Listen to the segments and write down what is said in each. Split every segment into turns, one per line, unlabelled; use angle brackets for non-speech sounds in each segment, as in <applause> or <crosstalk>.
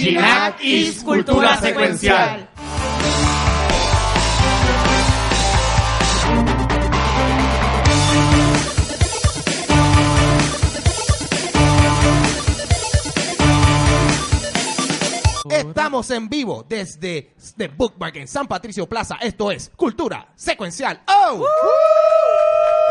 Jihad is cultura secuencial.
Estamos en vivo desde The Bookmark en San Patricio Plaza. Esto es Cultura Secuencial. ¡Oh!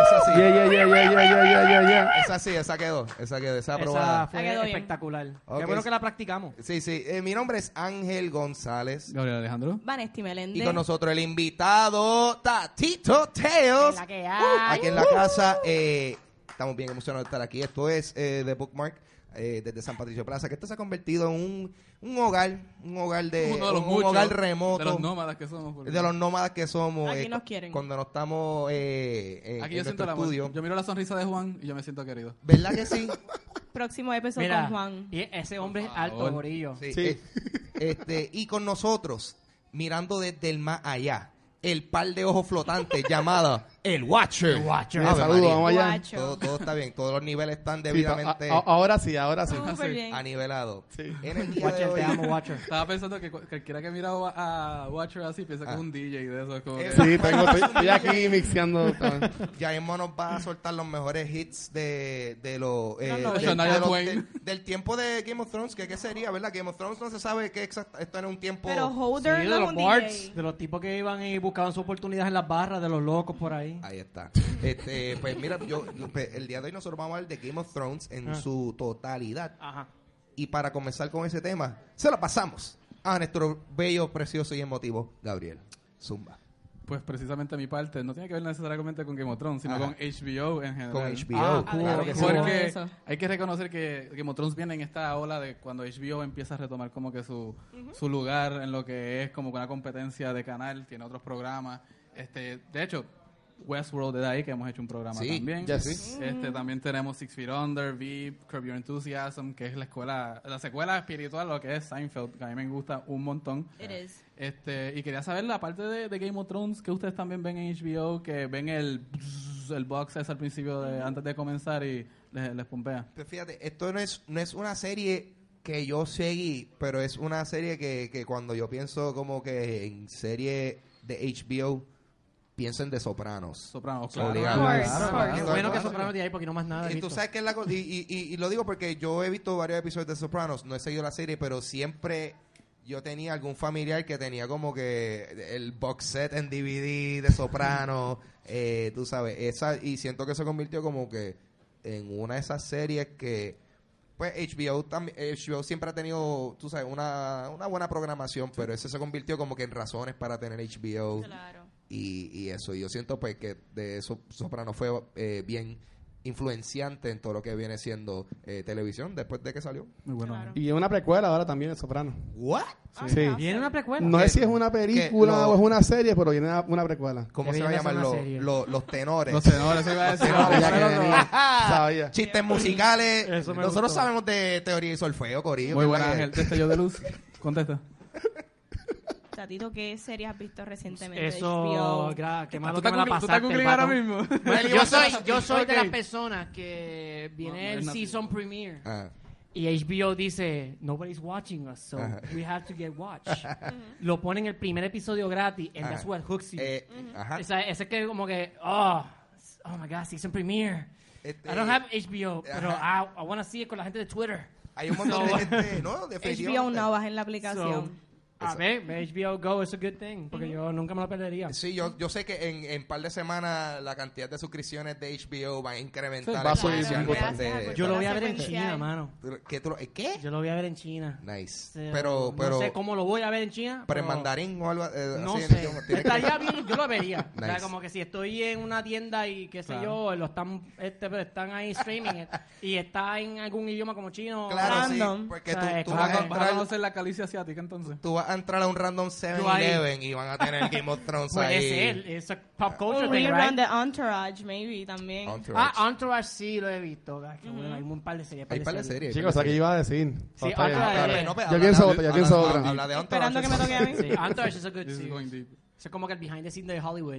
Es así.
Yeah, yeah, yeah, yeah, yeah, yeah, yeah, yeah, yeah.
Esa sí, esa quedó. Esa quedó, esa
Esa
aprobada.
fue
Ah, quedó bien.
espectacular.
Ok.
Qué bueno que la practicamos.
Sí, sí. Eh, mi nombre es Ángel González.
Gabriel Alejandro.
Vanesti Meléndez.
Y con nosotros el invitado Tatito Teos.
La que hay. Uh.
Aquí en la casa. eh, estamos bien emocionados de estar aquí. Esto es eh, The Bookmark. eh, desde San Patricio Plaza, que esto se ha convertido en un, un hogar, un hogar de,
Uno de los
Eh, un
muchos,
hogar remoto,
De los nómadas que somos. porque-
de los nómadas que somos
Aquí
eh,
nos
cu-
quieren.
cuando no estamos eh, en,
Aquí
en
yo siento
nuestro
el amor.
estudio
Yo miro la sonrisa de Juan y yo me siento querido.
¿verdad que
<laughs>
sí?
Próximo episodio
Mira,
con Juan.
y ese hombre es
Por
alto,
favor.
gorillo.
Sí. Eh, este, y con nosotros, mirando desde el más allá, el par de ojos flotantes llamada El Watcher. El Watcher.
Saludos, vamos allá.
Guacho.
Todo, todo está bien, todos los niveles están
Sí, a-
debidamente
a- Ahora sí, ahora sí.
Súper bien.
anivelado.
Sí.
En el día de
Watcher,
hoy,
te amo, Watcher.
Estaba pensando que cu- cualquiera que mira a a Watcher así piensa que
Ah.
es un DJ de eso. Como que-
Sí, tengo, estoy, estoy aquí mixeando.
ya mismo nos va a soltar los mejores hits de, de los... eh,
novela.
de-
Shania
de los-
Twain.
del- del tiempo de Game of Thrones, que qué sería, ¿verdad? Game of Thrones no se sabe qué exacto, esto era un tiempo...
Pero
Oh, Sí,
Holder
de
no es
los
un
bards, <laughs>
DJ.
de los tipos que iban y buscaban su oportunidad en las barras, de los locos por ahí.
Ahí está. Este, pues mira, yo, pues, el día de hoy nosotros vamos a hablar de Game of Thrones en
Ah.
su totalidad.
Ajá.
Y para comenzar con ese tema, se lo pasamos a nuestro bello, precioso y emotivo Gabriel Zumba.
Pues precisamente mi parte. No tiene que ver necesariamente con Game of Thrones, sino
Ajá.
con HBO en general.
Con HBO,
Ah,
claro
cool.
que sí.
Bueno.
Ah,
Porque
eso.
hay que reconocer que Game of Thrones viene en esta ola de cuando HBO empieza a retomar como que su, su lugar en lo que es como una competencia de canal, tiene otros programas. Este, de hecho, Westworld de ahí, que hemos hecho un programa
Sí,
también.
ya sí.
Este, también tenemos Six Feet Under, VIP, Curb Your Enthusiasm, que es la escuela, la secuela espiritual, lo que es Seinfeld, que a mí me gusta un montón.
It is.
Este, y quería saber la parte de, de Game of Thrones que ustedes también ven en HBO, que ven el, bzzz, el box ese al principio, de, antes de comenzar y les, les pompea.
Pues fíjate, esto no es, no es una serie que yo seguí, pero es una serie que, que cuando yo pienso como que en serie de HBO, pienso en The Sopranos.
Sopranos,
Claro,
claro.
Obligado.
Claro,
Claro,
claro.
Qué bueno que sopranos de ahí porque no más nada. he
Y tú
visto.
sabes que es la cosa, y, y- y- y lo digo porque yo he visto varios episodios de Sopranos, no he seguido la serie, pero siempre yo tenía algún familiar que tenía como que el box set en DVD de Sopranos, eh, tú sabes, esa, y siento que se convirtió como que en una de esas series que, pues HBO, también, HBO siempre ha tenido, tú sabes, una, una buena programación, pero ese se convirtió como que en razones para tener HBO
Claro.
y, y eso. Y yo siento pues que de eso Soprano fue eh, bien influenciante en todo lo que viene siendo eh, televisión después de que salió.
Muy bueno.
Claro.
Y es una precuela ahora también, el Soprano.
¿What?
Ah,
Sí.
ya,
Viene una precuela.
No es si es una película
lo-
o es una serie, pero viene una, una precuela.
¿Cómo
Que
se va a
viene a ser
llamar
una
los,
serie.
los- los tenores?
No sé, no, eso iba
<laughs>
a decir.
Tenores,
Ya que
tenores.
venía. Sabía.
Chistes musicales.
Eso me
Nosotros
gustó.
sabemos de teoría y solfeo, Corillo.
Muy
que
buen
vaya-
ángel, destello de luz. Contesta.
Tatito, ¿qué serie has visto recientemente? de
Eso,
HBO?
gra- qué malo
¿Tú
que
estás
me la
googli- tú estás
pasaste.
googling
pato.
ahora mismo?
Bueno, yo soy, yo soy de
Ok.
las personas que
No, no
viene
es
el
nativo.
season premiere
Ah,
y HBO dice, nobody's watching us, so
Ajá.
we have to get
<laughs>
watched. Lo ponen el primer episodio gratis and that's
Ajá.
what hooks you.
eh, ajá.
O sea, ese que como que, oh, oh my God, season premiere.
Este,
I don't have HBO, pero
ajá.
I, I want to see it con la gente de Twitter.
Hay un montón de gente, ¿no?
HBO
Definitivamente.
no, bajen la
So,
aplicación.
a ver, HBO Go es a good thing, porque yo nunca me lo perdería.
Sí, yo, yo sé que en un par de semanas la cantidad de suscripciones de HBO va a incrementar.
Sí, va a subir
exponencialmente.
bien. Gracias a Cultura
Yo lo voy a ver en
Secuencial.
China, mano.
¿Qué? tú lo- ¿Qué?
Yo lo voy a ver en China.
Nice.
Sí,
pero, pero,
no sé cómo lo voy a ver en China.
pero
pero
en mandarín o algo eh,
No
así.
sé.
yo- tiene que-
Estaría bien, yo lo vería. O sea,
Nice.
como que si estoy en una tienda y qué sé
Claro.
yo, lo están, este, pero están ahí streaming eh, y está en algún idioma como chino. ah,
Claro, sí,
Random.
porque
O sea,
tú,
es
tú
como
vas, a
que-
¿Vas a
entrar,
conocer la calicia asiática entonces?
tú vas a entrar a un random 7-Eleven y van a tener Game of Thrones
Puede
pues ahí. Ah,
ser, pues es a pop
Un
culture thing,
rerun
right?
de Entourage, maybe, también.
Entourage.
Ah, Entourage sí lo he visto. ah, qué bueno, hay un par de series.
Hay
de
par de series.
Chicos, aquí iba a decir.
Sí,
Está bien.
otra
Ah,
vez.
pero no, pero
Yo
habla
pienso
de-
otra, yo
habla-
pienso
habla-
otra.
Habla de
Esperando que me
Entourage.
toque a mí.
Sí, Entourage es a good
This is going
series.
deep.
Eso es como que el behind the scenes de Hollywood.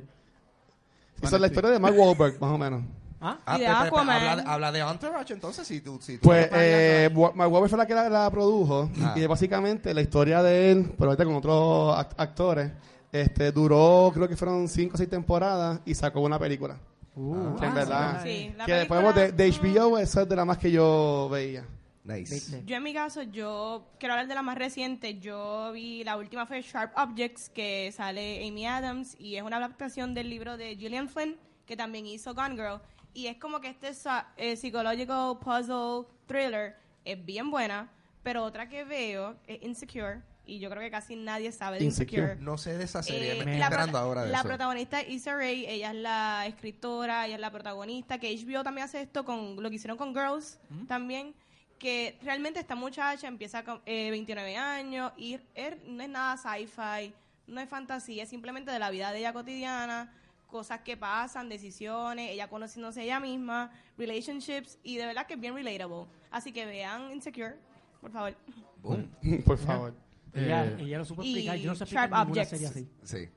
Esa es la historia de Mark Wahlberg, más o menos.
¿Ah?
Ah,
Y de
pero- pero- pero
Aquaman.
Habla, habla de Entourage entonces, si tú... Si tú-
Pues eh, Wa- Mark Wahlberg fue la que la, la produjo
Ah.
y es básicamente la historia de él, pero ahorita con otros act- actores, este duró creo que fueron cinco o seis temporadas y sacó una película. que Ah, en verdad,
Ah, Sí, la
que después
película-
vemos de, de HBO esa es de la más que yo veía. <laughs>
Nice.
Yo en mi caso, yo quiero hablar de la más reciente. Yo vi la última fue Sharp Objects, que sale Amy Adams y es una adaptación del libro de Gillian Flynn, que también hizo Gone Girl. Y es como que este sa- eh, psychological puzzle thriller es bien buena, pero otra que veo es Insecure, y yo creo que casi nadie sabe de
Insecure.
Insecure.
No sé de esa
Eh,
serie, me estoy
la
enterando
prota-
ahora de
la
eso.
protagonista es Issa Rae, ella es la escritora, ella es la protagonista, que HBO también hace esto con lo que hicieron con Girls también, que realmente esta muchacha empieza con eh, 29 años y er- no es nada sci-fi, no es fantasía, es simplemente de la vida de ella cotidiana, cosas que pasan, decisiones, ella conociéndose ella misma, relationships y de verdad que es bien relatable. Así que vean Insecure, por favor.
Boom.
Por favor.
Ella,
Eh,
ella lo supo
y
explicar. Yo no sé
Sharp
explicar ninguna
Objects.
serie así.
Sí.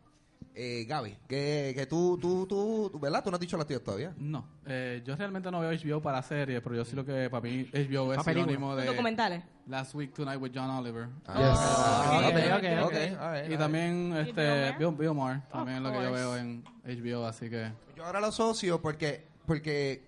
Eh, Gaby, que, que tú, tú, tú, tú- ¿verdad? Tú no has dicho las tuyas todavía.
No, eh, yo realmente no veo HBO para series, pero yo sí lo que para mí HBO es
Pa' película.
sinónimo de
Documentales.
Last Week Tonight with John Oliver.
Ah,
Yes.
ok, ok, ok.
all right, all
Y
right.
también
¿Y
este
Bill
Bill, Bill Maher, también es lo que yo
course.
veo en HBO, así que
Yo ahora lo asocio porque, porque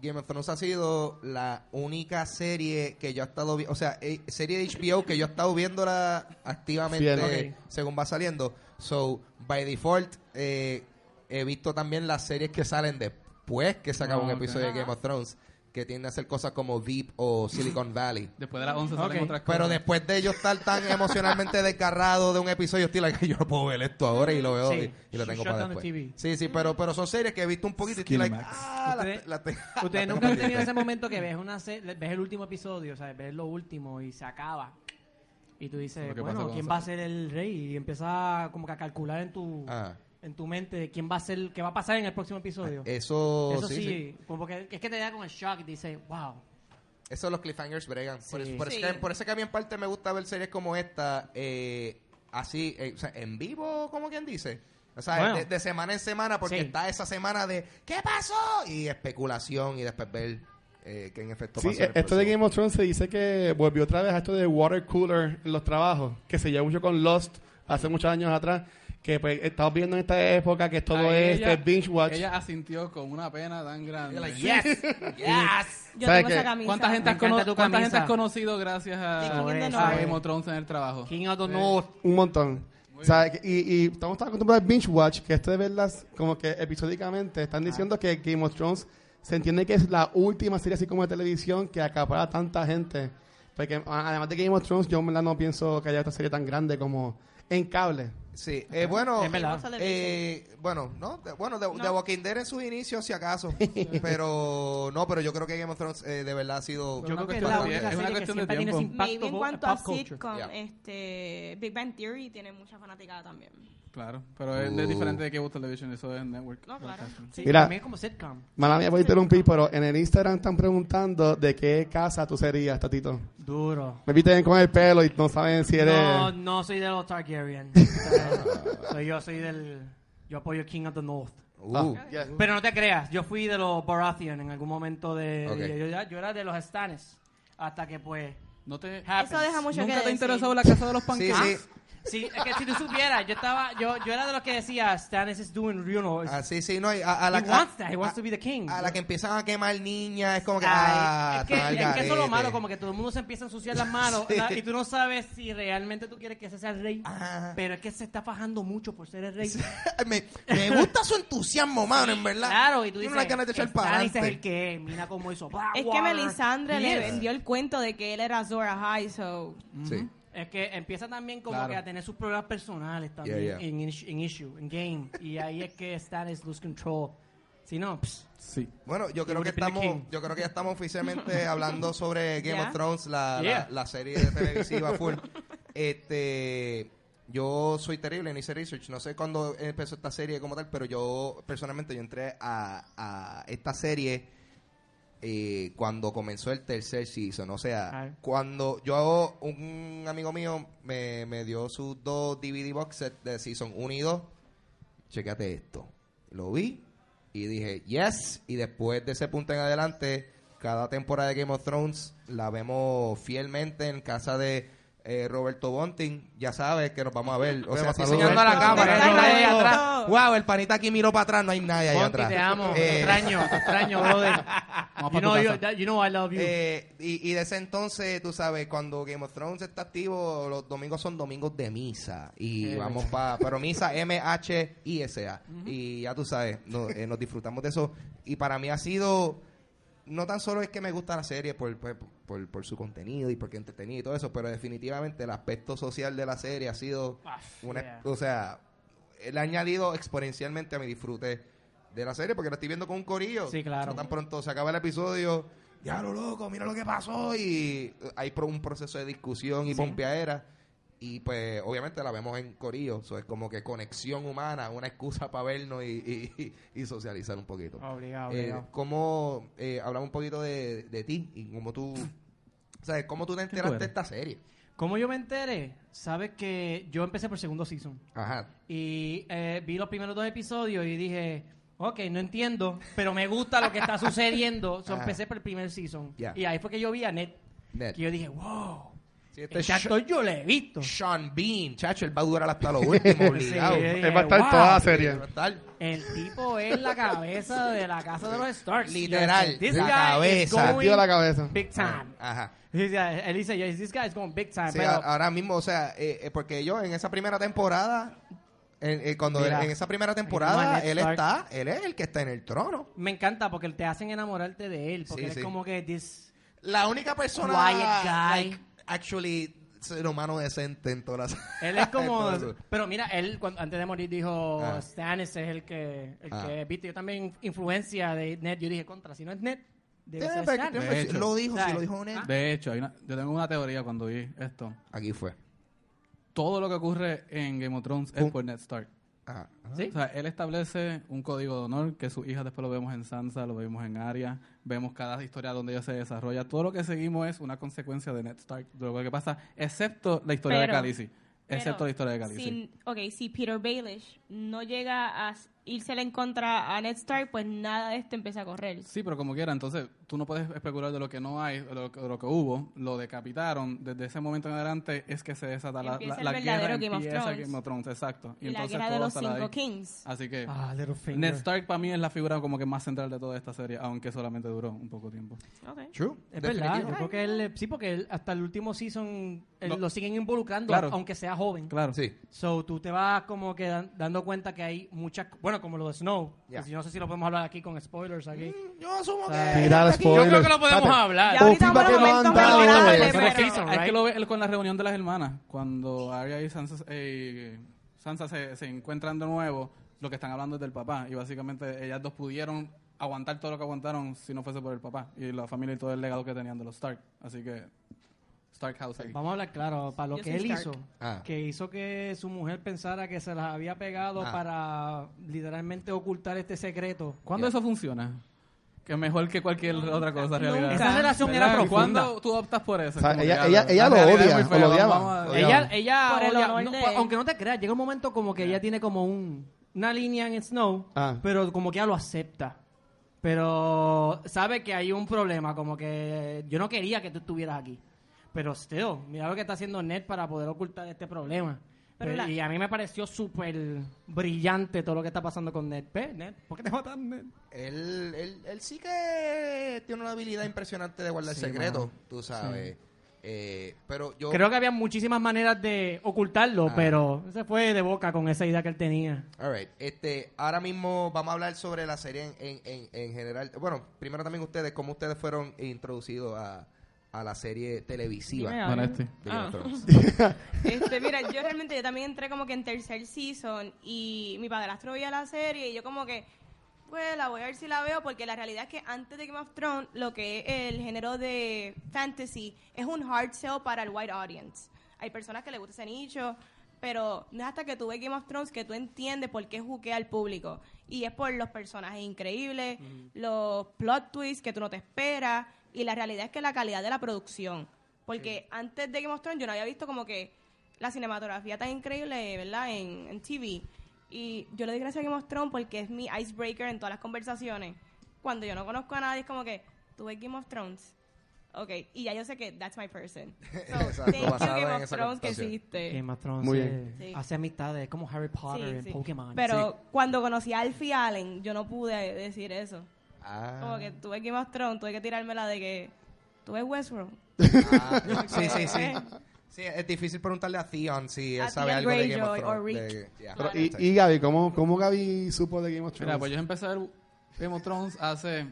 Game of Thrones ha sido la única serie que yo he estado viendo, o sea, eh, serie de HBO que yo he estado viéndola activamente
Fiel.
según va saliendo. So, by default, eh, he visto también las series que salen después que se acaba
Ah,
un
ok.
episodio de Game of Thrones, que tienden a hacer cosas como Deep o Silicon Valley.
después de las 11 salen
Ok.
otras cosas.
Pero después de yo estar tan emocionalmente desgarrado de un episodio, estoy like, yo no puedo ver esto ahora y lo veo
Sí.
y, y lo tengo
Shut
para
down the
después.
TV.
Sí, sí, pero, pero son series que he visto un poquito y estoy like,
Skinemax.
ah, la,
Ustedes-
la te-
<laughs> Ustedes nunca
la
han
tengo
tenido ese
pendiente.
momento que ves una se- ves el último episodio, o sea, ves lo último y se acaba. Y tú
Lo
dices,
que pasa
bueno,
con
¿quién
nosotros.
va a ser el rey? Y empiezas como que a calcular en tu
Ah.
en tu mente de quién va a ser, qué va a pasar en el próximo episodio. Eso
Eso, Ah, eh, oh, sí,
sí,
sí.
como que es que te da con el shock y dices, wow.
Eso los cliffhangers bregan. Por,
Sí.
eso, por eso
Sí.
que, por eso que a mí en parte me gusta ver series como esta, eh, así, eh, o sea, en vivo, como quien dice. O sea,
Bueno.
de, de semana en semana, porque
Sí.
está esa semana de ¿qué pasó? Y especulación y después ver eh, qué en efecto
Sí,
pasó. en el
esto de
próximo.
Game of Thrones se dice que volvió otra vez a esto de water cooler en los trabajos, que se llevó mucho con Lost hace muchos años atrás, que pues estamos viendo en esta época que todo
Ahí
este
ella-
binge watch.
Ella asintió con una pena tan grande.
You're like,
<laughs>
yes, yes.
Yo
¿Sabes
tengo
qué?
esa camisa.
¿Cuánta gente,
Me
has cono-
encanta tu
cuánta
camisa.
gente has conocido gracias
Sí,
a,
King in the
a
North.
Game of Thrones en el trabajo?
King of the
Sí.
North.
Un montón. O sea, que- y, y estamos tan acostumbrados al binge watch que esto de verlas como que episódicamente están diciendo que Game of Thrones se entiende que es la última serie así como de televisión que acapara a tanta gente. Porque a- además de Game of Thrones, yo en verdad no pienso que haya otra serie tan grande como en cable.
Sí, eh, bueno,
Es verdad.
eh, bueno, no, de- bueno, de,
No.
de Walking Dead en sus inicios, si
<laughs>
acaso, pero no, pero yo creo que Game of Thrones eh, de verdad ha sido.
Yo
Yo creo que es
creo
la
que
única
es una
serie que
cuestión de
siempre tiene ese
tiempo.
impacto
Maybe en
pop-
cuanto a
pop culture.
sitcom,
Yeah.
este, Big Bang Theory tiene mucha fanaticada también.
Claro, pero es es diferente de Cable Television, eso es network.
No, claro.
Sí,
Mira.
también es como sitcom.
Mala mía, voy a interrumpir, pero en el Instagram están preguntando de qué casa tú serías, Tatito.
Duro.
Me piden con el pelo y no saben si eres...
No, no soy de los
<laughs>
Targaryen. O sea, soy yo soy del yo apoyo King of the North.
Uh,
Ah, yes.
Pero no te creas, yo fui de los Baratheon en algún momento de
Ok.
yo, yo- yo era de los Stannis hasta que pues
No te...
Eso deja mucho que
¿Nunca te ha
decir.
interesado la casa de los
sí,
panqueques?
sí,
Ah, Sí, es que si tú supieras, yo estaba yo yo era de los que decía Stannis is doing you know, is-
ah, sí, sí, no, y a, a la,
he wants
a-
that, he wants
a-
to be the king.
a la que empiezan a quemar niñas, es como que.
Ay,
ah,
es, que,
está al
es que eso es lo
garete.
malo, como que todo el mundo se empieza a ensuciar las manos
<laughs> Sí.
¿verdad? y tú no sabes si realmente tú quieres que ese sea el rey,
Ajá.
pero es que se está fajando mucho por ser el rey.
<laughs> me, me gusta su entusiasmo, mano, en verdad.
Claro, y tú
Tiene
dices,
unas ganas de echar para
Stannis es el
adelante.
que es, mira cómo hizo. blah,
Es que
blah.
Melisandre le
Yes.
vendió el cuento de que él era Zora High, so...
Sí.
Es que empieza también como
Claro.
que a tener sus problemas personales también
Yeah, yeah.
En, is- en issue, en game. Y ahí es que Stannis lose control. Si no, pss,
Sí.
Bueno, yo creo
would
que
be the
estamos,
king.
yo
<laughs>
creo que ya estamos oficialmente hablando sobre Game
Yeah.
of Thrones, la, la-
Yeah.
la serie de televisiva
<laughs>
full. Este, yo soy terrible en hice research, no sé cuándo empezó esta serie como tal, pero yo personalmente yo entré a, a esta serie eh, cuando comenzó el tercer season, o sea,
Ah.
cuando yo hago, un amigo mío me, me dio sus dos DVD box set de season 1 y 2 chécate esto. Lo vi y y dije, yes. Y después de ese punto en adelante, cada temporada de Game of Thrones la vemos fielmente en casa de eh, Roberto Bonting. Ya sabes que nos vamos a ver. O sea, estoy
saludos.
enseñando a la
Roberto,
cámara. ¿eh? No hay nadie ahí
Roberto.
atrás. Wow, el panita aquí miró para atrás. No hay nadie ahí
Monty,
atrás.
te amo.
Eh,
Te extraño, te extraño,
<laughs>
brother.
Vamos
You
pa' tu
know,
casa.
you, that- you know I love you.
Eh, y, y desde entonces, tú sabes, cuando Game of Thrones está activo, los domingos son domingos de misa. Y
Eh,
vamos para. Pero misa M-H-I-S-A. Y ya tú sabes, no- eh, nos disfrutamos de eso. Y para mí ha sido. No tan solo es que me gusta la serie por, por, por- por su contenido y porque entretenida y todo eso, pero definitivamente el aspecto social de la serie ha sido.
Ah,
una-
yeah.
O sea, le ha añadido exponencialmente a mi disfrute de la serie porque la estoy viendo con un corillo.
Sí, claro.
No tan pronto se acaba el episodio, ya lo loco, mira lo que pasó. Y eh, hay pro- un proceso de discusión y pompeadera. Y pues, obviamente, la vemos en corillo. Eso es como que conexión humana, una excusa para vernos y, y- y socializar un poquito.
Obligado,
Eh,
obligado.
¿Cómo eh, hablamos un poquito de, de ti y cómo tú. ¿Sabes? ¿Cómo tú te enteraste de
eres?
esta serie?
¿Cómo yo me enteré? Sabes que yo empecé por segundo season.
Ajá.
Y eh, vi los primeros dos episodios y dije, ok, no entiendo, pero me gusta lo que
<laughs>
está sucediendo. So,
Ajá.
empecé por el primer season.
Ya.
Y ahí fue que yo vi a Ned.
Ned.
Que yo dije, wow,
Sí, este
este
Sha-
actor yo lo he visto.
Sean Bean, chacho, él va a durar hasta lo último,
<laughs>
obligado.
Sí,
Él va a estar
eh, Wow.
toda la serie.
Va a estar-
El tipo es la cabeza de la casa de los Starks.
Literal,
Yo dije,
la cabeza,
Tío la cabeza.
Big time.
Ajá.
He's, uh, él dice, "Yes, this guy is going big time.
Sí,
Ah,
ah,
pero
a- ahora mismo, o sea, eh, eh, porque yo en esa primera temporada, en, eh, cuando
Mira,
en esa primera
tenemos
temporada,
a Ned
él está,
Stark.
él es el que está en el trono.
me encanta porque te hacen enamorarte de él. Porque
Sí,
él
sí.
es como que this...
La única persona,
Quiet guy.
like, actually, ser humano decente en todas las...
Él es como...
en todo eso.
pero mira, él cuando, antes de morir dijo,
Ah.
Stannis es el que... El
Ah.
que viste, yo también influencia de Ned. Yo dije, contra, si no es Ah. Ned,
<laughs>
debe
Tiene
ser
efecto,
Stannis.
tiene efecto.
De hecho.
pues, Lo dijo, sí,
¿Sabes?
lo dijo Ned.
De hecho, hay una- yo tengo una teoría cuando vi esto.
Aquí fue.
Todo lo que ocurre en Game of Thrones es
Un-
por Ned Stark.
Ajá.
¿Sí?
O sea, él establece un código de honor que sus hijas después lo vemos en Sansa, lo vemos en Arya, vemos cada historia donde ella se desarrolla. Todo lo que seguimos es una consecuencia de Ned Stark, de lo que pasa, excepto la historia
Pero-
de Khaleesi. Excepto
Pero
la historia de Khaleesi.
Si, ok, si Peter Baelish no llega a s- írsele en contra a Ned Stark, pues nada de esto empieza a correr.
Sí, pero como quiera, entonces tú no puedes especular de lo que no hay, de lo, que- de lo que hubo, lo decapitaron, desde ese momento en adelante es que se desata la,
Empieza
la,
el
la
verdadero
guerra
Game of
empieza
Thrones.
Game of Thrones, exacto. Y
la
entonces
guerra de
todo
los
sale
cinco
ahí.
kings.
Así que
Ah, Littlefinger.
Ned Stark para mí es la figura como que más central de toda esta serie, aunque solamente duró un poco tiempo.
Ok.
True.
Es verdad,
Definitivo.
yo creo que él, sí, porque él, hasta el último season él
No.
lo siguen involucrando,
Claro.
aunque sea joven.
Claro.
Sí.
So, tú te vas como que dan- dando cuenta que hay muchas, bueno, como lo de Snow.
Ya.
que si- Yo no sé si lo podemos hablar aquí con spoilers aquí.
Yo asumo
Está-
que...
Tirar spoilers.
Yo creo que lo podemos
Mm. Espérate.
hablar.
Ya
Un
ahorita
feedback
vamos
que
a
no
momentos
han dado.
memorables,
Pero-
pero-
Pero-
Es que
right?
lo ve él con la reunión de las hermanas, cuando Arya y Sansa, eh, Sansa se, se encuentran de nuevo, lo que están hablando es del papá, y básicamente ellas dos pudieron aguantar todo lo que aguantaron si no fuese por el papá, y la familia y todo el legado que tenían de los Stark, así que Stark House aquí.
Vamos a hablar claro, para lo
Yo
que
soy
él
Stark.
hizo,
Ah.
que hizo que su mujer pensara que se las había pegado
Ah.
para literalmente ocultar este secreto.
¿Cuándo
Ya.
eso funciona? Que mejor que cualquier otra cosa en realidad.
Esa relación
¿Verdad?
era profunda.
¿Cuándo tú optas por eso?
O sea,
Como
ella-
que,
ella-
la-
ella
la
lo
realidad es
odia,
muy
o lo
fea,
odiaba.
vamos a-
Lo odiaba.
Ella, ella
Por el
odia-
honor
no,
de
pa-
él.
aunque no te creas, llega un momento como que ella tiene como un, una línea en Snow,
Ah.
pero como que ella lo acepta. Pero sabe que hay un problema, como que yo no quería que tú estuvieras aquí. Pero still, mira lo que está haciendo Ned para poder ocultar este problema.
Pero
Eh,
la-
Y a mí me pareció súper brillante todo lo que está pasando con Ned. Ve, Ned, ¿por qué te matan, Ned?
Él, él, él sí que tiene una habilidad impresionante de guardar
Sí,
secretos,
mano.
tú sabes. Eh, pero yo...
Creo que había muchísimas maneras de ocultarlo,
Ah.
pero se fue de boca con esa idea que él tenía.
All right. Este, ahora mismo vamos a hablar sobre la serie en, en, en, en general. Bueno, primero también ustedes, cómo ustedes fueron introducidos a, a la serie televisiva.
Dime,
Bueno,
Abel.
este.
de Game of
Ah.
Thrones.
<laughs> Este, mira, yo realmente yo también entré como que en tercer season y mi padrastro veía la serie y yo como que, pues la voy a ver si la veo porque la realidad es que antes de Game of Thrones lo que es el género de fantasy es un hard sell para el wide audience. Hay personas que les gusta ese nicho, pero no es hasta que tú ves Game of Thrones que tú entiendes por qué juquea al público. Y es por los personajes increíbles, los plot twists que tú no te esperas y la realidad es que la calidad de la producción. Porque antes de Game of Thrones yo no había visto como que la cinematografía tan increíble, ¿verdad? En, en TV. Y yo le doy gracias a Game of Thrones porque es mi icebreaker en todas las conversaciones. Cuando yo no conozco a nadie, es como que, ¿tú ves Game of Thrones? Ok, y ya yo sé que that's my
<laughs>
person. So,
Exacto,
thank you,
basado en
Game of
esa
Thrones que
conversación.
existe.
Game of Thrones
Muy
eh,
bien.
Sí.
hace amistades, es como Harry Potter
Sí,
en
sí.
Pokémon.
Pero cuando conocí a Alfie Allen, yo no pude decir eso.
Ah.
Como
<laughs>
que tuve Game of Thrones, tuve que tirármela de que tuve Westworld.
Ah, sí, sí, sí. Sí, es difícil preguntarle a Theon si él
A
sabe
Theon
algo de Game of
Greyjoy o
Thrones.
Rick.
de- yeah.
Pero,
Sí.
y, y Gaby, ¿cómo, ¿cómo Gaby supo de Game of Thrones?
Ah, Mira, pues yo empecé a ver Game of Thrones hace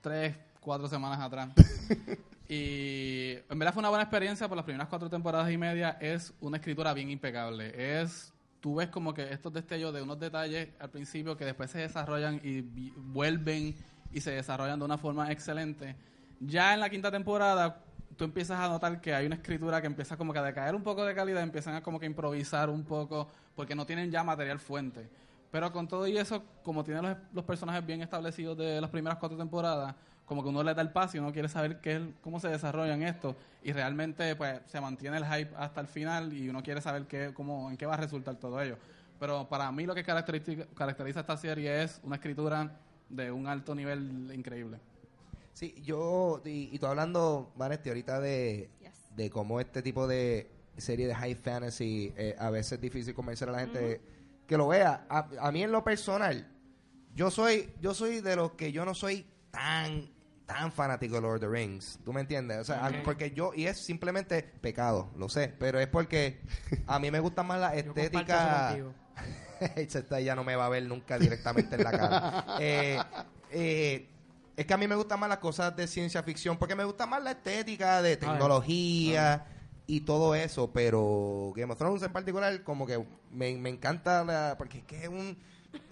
tres, cuatro semanas atrás.
<laughs>
Y en verdad fue una buena experiencia por las primeras cuatro temporadas y media. Es una escritura bien impecable. Es, tú ves como que estos destellos de unos detalles al principio que después se desarrollan y vi- vuelven y se desarrollan de una forma excelente. Ya en la quinta temporada tú empiezas a notar que hay una escritura que empieza como que a decaer un poco de calidad, empiezan a como que improvisar un poco porque no tienen ya material fuente. Pero con todo y eso, como tienen los, los personajes bien establecidos de las primeras cuatro temporadas, como que uno le da el paso y uno quiere saber qué es, cómo se desarrollan esto. Y realmente pues se mantiene el hype hasta el final y uno quiere saber qué, cómo, en qué va a resultar todo ello. Pero para mí lo que caracteriza, caracteriza esta serie es una escritura de un alto nivel increíble.
Sí, yo, y, y tú hablando, Vanesti, ahorita de,
Yes.
de cómo este tipo de serie de high fantasy eh, a veces es difícil convencer a la gente que lo vea. A, a mí en lo personal, yo soy, yo soy de los que yo no soy tan, tan fanático de Lord of the Rings. ¿Tú me entiendes? O sea, a- porque yo, y es simplemente pecado, lo sé, pero es porque a mí me gusta más la estética. <laughs> Esta está- ya no me va a ver nunca directamente en
<laughs>
la cara. Eh, eh, es que a mí me gustan más las cosas de ciencia ficción, porque me gusta más la estética
Ah,
de tecnología y todo eso, pero Game of Thrones en particular, como que me, me encanta, la- porque es que es un...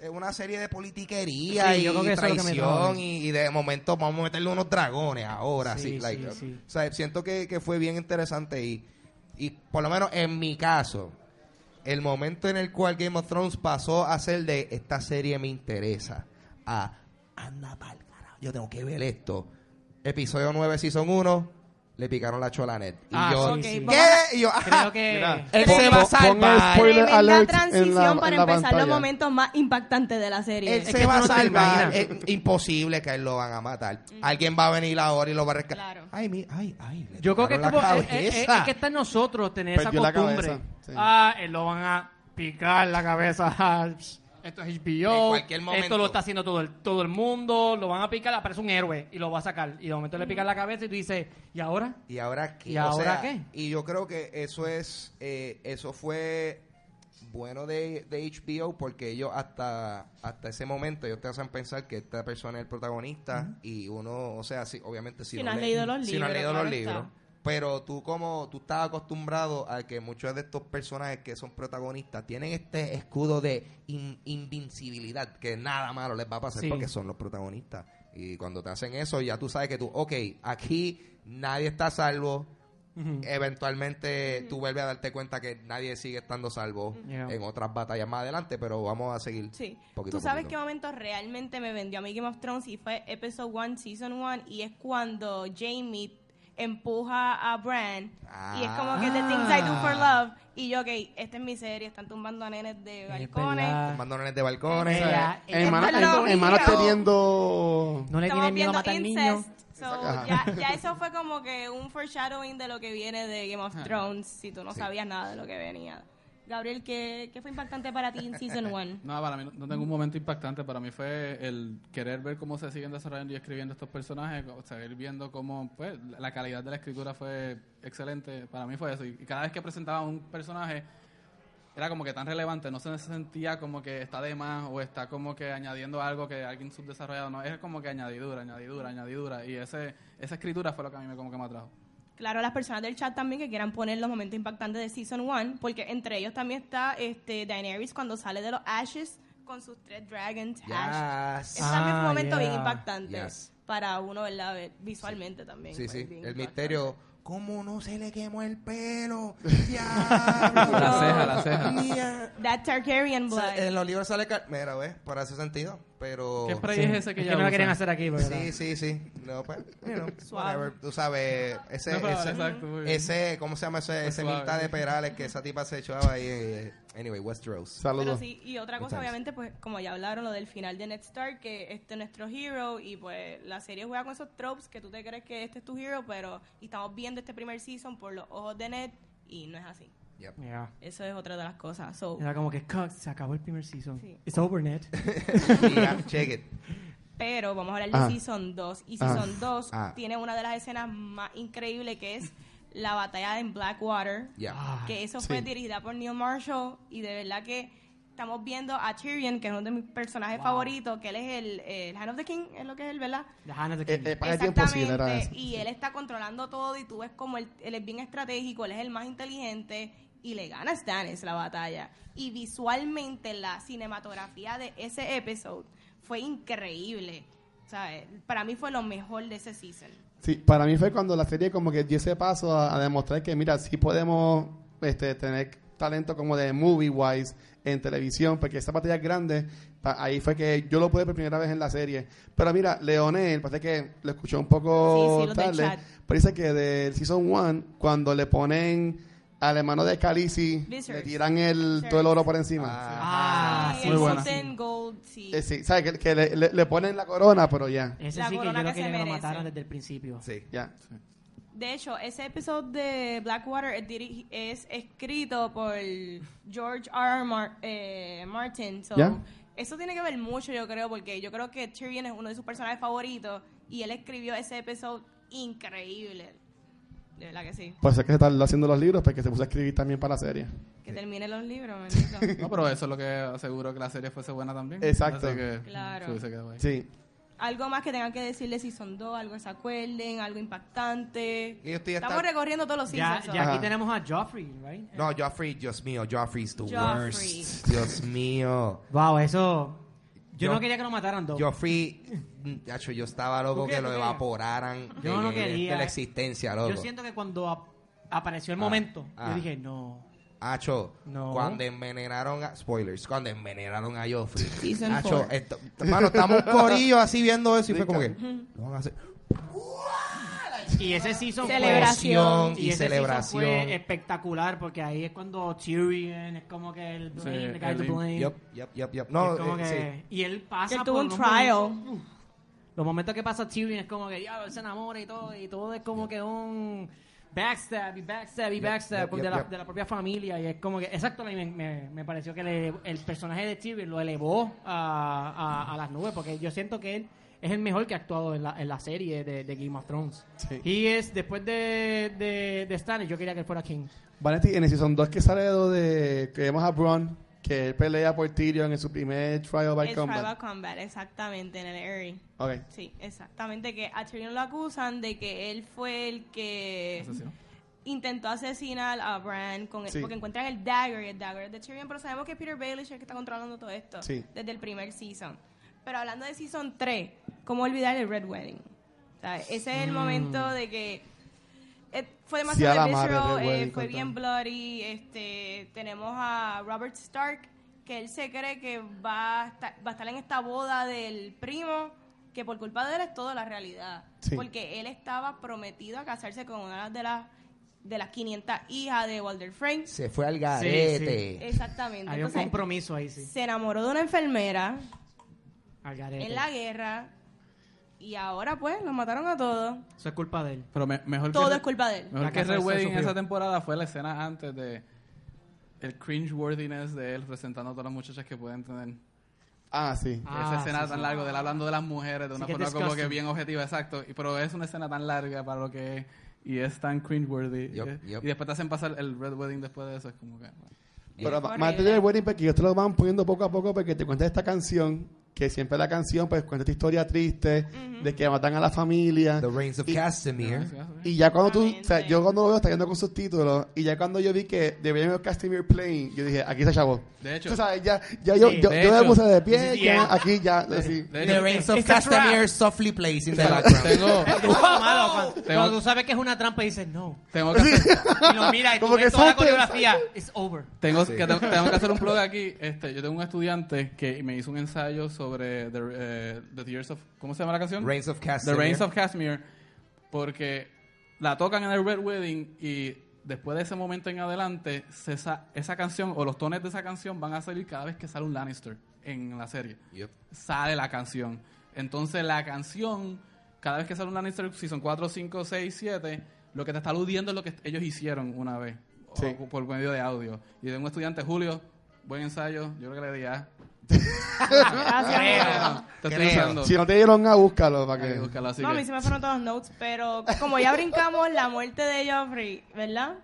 es una serie de politiquería
Sí,
y
yo creo que eso es lo que me
traición
traba.
y, y de momento vamos a meterle unos dragones ahora.
Sí,
Sí,
sí,
like,
sí.
o sea, siento que, que fue bien interesante y, y por lo menos en mi caso, el momento en el cual Game of Thrones pasó a ser de esta serie me interesa a anda pa'l carajo, yo tengo que ver esto. Episodio 9, Season 1, le picaron la chola a Ned. Y
Ah,
yo,
Ok,
sí, sí.
vamos a-
¿qué? Y yo,
Creo
ajá.
que...
Mira.
Él se va a
Pon- pon- pon
salvar.
spoiler
Tremenda
alert en
transición
la- en
para
la
empezar los
pantalla.
momentos más impactantes de la serie.
Él
Es
se
que
va a
tú no Mm. te
salvar. Es
imaginas.
imposible que a él lo van a matar. Alguien va a venir ahora y lo va a rescatar.
Claro.
Ay, mi, ay, ay. le
Yo creo que es,
picaron
como-
la
es- es- es-
cabeza.
es que está en nosotros tener
Perdió la
esa costumbre.
cabeza, sí.
Ah, él lo van a picar la cabeza. <laughs> Ah, Esto es
En
HBO.
cualquier momento.
Esto lo está haciendo todo el, todo el mundo. Lo van a picar, aparece un héroe y lo va a sacar. Y de momento le pican la cabeza y tú dices, ¿y ahora?
¿Y ahora qué?
¿Y
O
ahora
sea,
qué?
Y yo creo que eso es, eh, eso fue bueno de, de HBO porque ellos hasta, hasta ese momento ellos te hacen pensar que esta persona es el protagonista y uno, o sea, si, obviamente si,
Si no has leído los
si no
libros,
has leído
claro
los
está.
libros. Pero tú como, tú estás acostumbrado a que muchos de estos personajes que son protagonistas tienen este escudo de in- invincibilidad, que nada malo les va a pasar
Sí.
porque son los protagonistas. Y cuando te hacen eso, ya tú sabes que tú, ok, aquí nadie está a salvo. Eventualmente tú vuelves a darte cuenta que nadie sigue estando a salvo
Yeah.
en otras batallas más adelante, pero vamos a seguir.
Sí.
poquito a
Tú sabes
poquito.
qué momento realmente me vendió a mí Game of Thrones y fue Episode 1, Season 1 y es cuando Jamie empuja a Bran y es como que The Things I Do for
Ah.
Love y yo, ok, esta es mi serie, están tumbando a nenes de balcones.
verdad.
Mandones de balcones.
Ah,
Ella- ella
Hermanas
está loca.
hermanas teniendo...
No le
Estamos
tiene miedo a
viendo
matar niños.
incest. So, ya, ya eso fue como que un foreshadowing de lo que viene de Game of Thrones, si tú no sabías nada de lo que venía. Gabriel, ¿qué, qué fue impactante para ti en
<laughs>
Season 1?
No, para mí no- no tengo un momento impactante. Para mí fue el querer ver cómo se siguen desarrollando y escribiendo estos personajes, o sea, ir viendo cómo, pues, la- la calidad de la escritura fue excelente. Para mí fue eso. Y y cada vez que presentaba un personaje, era como que tan relevante, no se sentía como que está de más o está como que añadiendo algo que alguien subdesarrollado, no, es como que añadidura, añadidura, añadidura. Y ese, esa escritura fue lo que a mí me, como que me atrajo.
Claro, las personas del chat también que quieran poner los momentos impactantes de Season 1, porque entre ellos también está este Daenerys cuando sale de los Ashes con sus tres Dragons Ash. Ese
Yes.
también fue un
Ah,
momento bien
yeah.
impactante
Yes.
para uno, ¿verdad? Ver Visualmente también.
Sí,
fue
sí.
bien
El
impactante.
misterio. ¿Cómo no se le quemó el pelo? ¡Diablo!
La ceja, la ceja.
Mía.
That Targaryen blood.
Sa- En los libros sale... car- Mira, ¿ves? Por ese sentido. Pero...
¿Qué spray
Sí.
es ese que ya
no lo
usan?
quieren hacer aquí, ¿verdad?
Sí, sí, sí. No, pues, you know,
Suave.
whatever. Tú sabes, ese,
No, pero-
ese,
exacto, muy bien.
ese, ¿cómo se llama? Ese, ese
suave.
mitad de perales que esa tipa se echaba ahí. eh, Anyway, Westeros.
Pero
Saludos.
sí, y otra cosa,
Muchas
obviamente, pues como ya hablaron, lo del final de Ned Stark, que este es nuestro hero, y pues la serie juega con esos tropes que tú te crees que este es tu hero, pero y estamos viendo este primer season por los ojos de Ned, y no es así.
Yep.
Yeah.
Eso es otra de las cosas. So,
Era como que "Cuck, se acabó el primer season.
Sí.
It's over,
<laughs>
Ned.
Yeah, check it.
pero vamos a hablar de
Ah.
Season 2, y
Ah.
Season 2
Ah.
tiene una de las escenas más increíbles, que es la batalla en Blackwater.
Yeah.
Ah,
que eso fue
sí.
dirigida por Neil Marshall y de verdad que estamos viendo a Tyrion, que es uno de mis personajes favoritos, que él es el, el Hand of the King, es lo que es él, ¿verdad?
The Hand of the
Eh,
King.
eh, para el tiempo sí, era eso.
y él está controlando todo y tú ves como él, él es bien estratégico, él es el más inteligente y le gana a Stannis la batalla. Y visualmente la cinematografía de ese episodio fue increíble. ¿sabes? Para mí fue lo mejor de ese season.
Sí, para mí fue cuando la serie como que dio ese paso a, a demostrar que, mira, sí podemos este, tener talento como de movie wise en televisión, porque esa batalla es grande, pa- ahí fue que yo lo pude por primera vez en la serie. Pero mira, Leonel, parece que lo escuchó un poco
Sí, sí, los del
tarde,
chat.
pero dice que del Season 1, cuando le ponen al hermano de Calisi, le
Viserys.
tiran el, todo el oro por encima.
Ah, sí,
Y el
muy buena.
Golden Gold, sí.
Eh, sí, ¿sabes? Que, que le, le- le ponen la corona, pero ya,
Ese
La
sí que yo
corona
lo
que se
quería que lo
merece.
mataran desde el principio.
Sí.
ya.
De hecho, ese episodio de Blackwater es, diri- es escrito por George R. Mar- eh, Martin. So,
¿Ya?
Eso tiene que ver mucho, yo creo, porque yo creo que Tyrion es uno de sus personajes favoritos y él escribió ese episodio increíble. De verdad que sí.
Pues es que se están haciendo los libros, porque se puso a escribir también para la serie.
Que termine los libros,
<laughs>
bendito.
No, pero eso es lo que aseguró que la serie fuese buena también.
Exacto.
Así que
Claro.
se hubiese quedado ahí.
Sí.
algo más que tengan que decirle si son dos, algo que se acuerden, algo impactante.
Y usted ya
Estamos
está-
recorriendo todos los
Ya,
seasons.
ya aquí
Ajá.
tenemos a Joffrey, right?
No, Joffrey, Dios mío, Joffrey's the
Joffrey.
worst. Dios mío.
Wow, eso. Yo,
Yo-
no quería que lo mataran dos.
Joffrey, hecho, yo estaba loco
¿Por qué?
que lo
¿Por qué?
evaporaran de,
Yo no
de-
quería.
de la existencia,
Yo
loco.
siento que cuando ap- apareció el
Ah,
momento,
ah.
yo dije, no.
Hacho,
No.
cuando envenenaron a... Spoilers, cuando envenenaron a Joffrey.
Season
Hacho,
four.
esto, mano, estamos un corillo así viendo eso y fue como que... Lo van a hacer.
Y ese season fue-
Celebración.
Y
ese
celebración.
season fue espectacular porque ahí es cuando Tyrion es como que el blame,
Sí,
the guy to
el-
blame.
Yep, yep, yep, yep.
Y
No,
es como
eh,
que- Y él pasa
Que
por
tuvo un
unos
trial.
momentos- los momentos que pasa Tyrion es como que ya, él se enamora y todo, y todo es como que un backstab y backstab y
Yep,
backstab
yep,
por- de,
yep,
la,
yep.
de la propia familia. Y es como que, exacto, me, me, me pareció que le- el personaje de Tyrion lo elevó a, a- a las nubes, porque yo siento que él es el mejor que ha actuado en la, en la serie de, de Game of Thrones.
Sí.
Y es, después de, de, de Stannis, yo quería que él fuera King.
Vanetti, en el Season 2 que sale lo de que vemos a Bron, que él pelea por Tyrion en su primer Trial by
El Tribal
Combat.
Combat, exactamente, en el Airy.
Ok.
Sí, exactamente, que a Tyrion lo acusan de que él fue el que
Asesino.
intentó asesinar a Bran con el-
Sí.
porque encuentran el dagger y el dagger es de Tyrion, pero sabemos que Peter Baelish es el que está controlando todo esto
Sí.
desde el primer season. Pero hablando de season 3, ¿cómo olvidar el Red Wedding? O sea, ese es el momento de que eh, fue
Mm. Sí, a
demasiado
la madre,
visceral,
Red
eh,
Wedding,
fue
contame.
bien bloody. Este, tenemos a Robert Stark, que él se cree que va a, estar, va a estar en esta boda del primo, que por culpa de él es toda la realidad.
Sí.
Porque él estaba prometido a casarse con una de las de las 500 hijas de Walter Frame.
Se fue al garete. Eh,
Exactamente.
Había un
Entonces,
compromiso ahí, sí.
se enamoró de una enfermera
Al garete.
en la guerra y ahora pues los mataron a todos.
Eso es culpa de él.
Pero me- mejor
Todo
que,
es culpa de él.
Mejor
La
que
casa
Red
se
Wedding en
sufrió.
esa temporada fue la escena antes de el cringe-worthiness de él presentando a todas las muchachas que pueden tener.
Ah, sí.
Ah,
esa escena
sí,
tan
sí.
larga de él hablando de las mujeres de
Sí,
una
que
forma como que
disgusting.
bien objetiva, exacto. Y- Pero es una escena tan larga para lo que es y es tan cringe-worthy.
Yup,
Eh,
yup.
Y después te hacen pasar el Red Wedding después de eso. Es como que...
Pero
Horrible.
más allá del wedding, porque pues, ellos te lo van poniendo poco a poco, porque te cuentan esta canción, que siempre la canción, pues cuenta esta historia triste, de que matan a la familia.
The Reigns of
Y-
Castamere.
Y ya cuando tú, o sea,
Exactamente.
yo cuando lo veo está yendo con sus títulos, y ya cuando yo vi que debían ver Castamere playing, yo dije, aquí se acabó.
De hecho.
Tú sabes, ya, ya yo,
Sí,
yo,
de
yo me
hecho.
puse de pie,
Sí, sí,
ya,
yeah.
aquí ya, así.
<laughs> De hecho,
of Castamere softly plays in the background.
tengo,
Eso es lo malo, cuando,
Tengo-
cuando tú sabes que es una trampa y dices no.
tengo que hacer...
Y
<laughs>
lo miras y tú
Como que
ves toda la
salte,
coreografía. It's over.
Tengo, que, tengo que hacer un plug aquí. Este, yo tengo un estudiante que me hizo un ensayo sobre The, eh, the Tears of... ¿Cómo se llama la canción?
Reigns of
The
Castamere.
Reigns of Casmere. Porque la tocan en el Red Wedding y después de ese momento en adelante, se sa- esa canción o los tones de esa canción van a salir cada vez que sale un Lannister en la serie.
Yep.
Sale la canción. Entonces la canción, cada vez que sale un Lannister, si son 4, 5, 6, 7, lo que te está aludiendo es lo que ellos hicieron una vez o-
Sí.
o por medio de audio. Y de un estudiante, Julio, buen ensayo, yo creo que le di A.
Gracias.
Te estoy
Creo.
usando.
<laughs> Si no te dieron a búscalo para
Hay que
que.
buscarlo
Ah,
así
No, a
que-
mí se me fueron todos los notes, pero como ya brincamos la muerte de Joffrey, ¿verdad?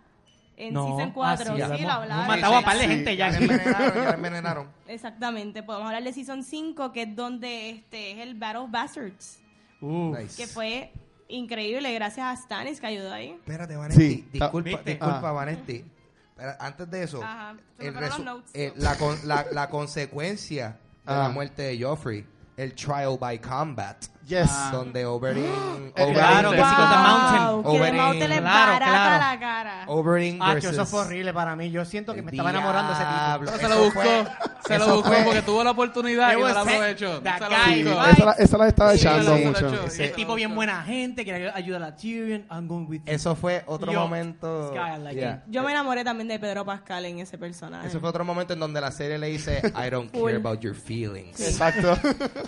En
No,
Season
ah,
4,
sí,
sí,
hemos-
lo
hemos
hablaron.
matado a par de
Sí.
gente
Ya
ya.
la envenenaron, ya la envenenaron.
Exactamente, podemos hablar de Season 5, que es donde este es el Battle of Bastards,
Uh,
Nice.
que fue increíble gracias a Stannis que ayudó ahí.
Espérate, Vanetti.
Sí, ta-
disculpa,
¿Viste?
disculpa,
Ah.
Vanetti. Espera, antes de eso,
Ajá, se
el
me fueron
resu-
los notes.
eh, la, con- la, la consecuencia de la
Ah.
muerte de Joffrey, el trial by combat,
Yes.
Ah.
<gasps>
donde Oberyn,
El
Oberyn-
Claro, que sí, con The
Wow,
Mountain.
que de
Oberyn.
Mountain le
Claro,
barata
claro.
la cara.
Oberyn
Ah, que
versus
eso fue horrible para mí. Yo siento que
el
me estaba enamorando de ese tipo.
diablo.
Pero se
Eso
lo buscó,
fue-
se lo
eso
buscó
fue-
porque tuvo la oportunidad y
It
no
was
la
him,
aprovechó.
that
Se
guy,
lo
right?
buscó.
Esa, la- esa la estaba
Sí,
echando
la- la-
mucho.
la-
El tipo bien buena gente, que ayuda a la Tyrion. I'm going with you.
Eso fue otro
Yo-
momento.
Sky, I like
Yeah.
Yo me enamoré también de Pedro Pascal en ese personaje.
Eso fue otro momento en donde la serie le dice,
<laughs>
I don't
Full.
care about your feelings.
<laughs> Exacto.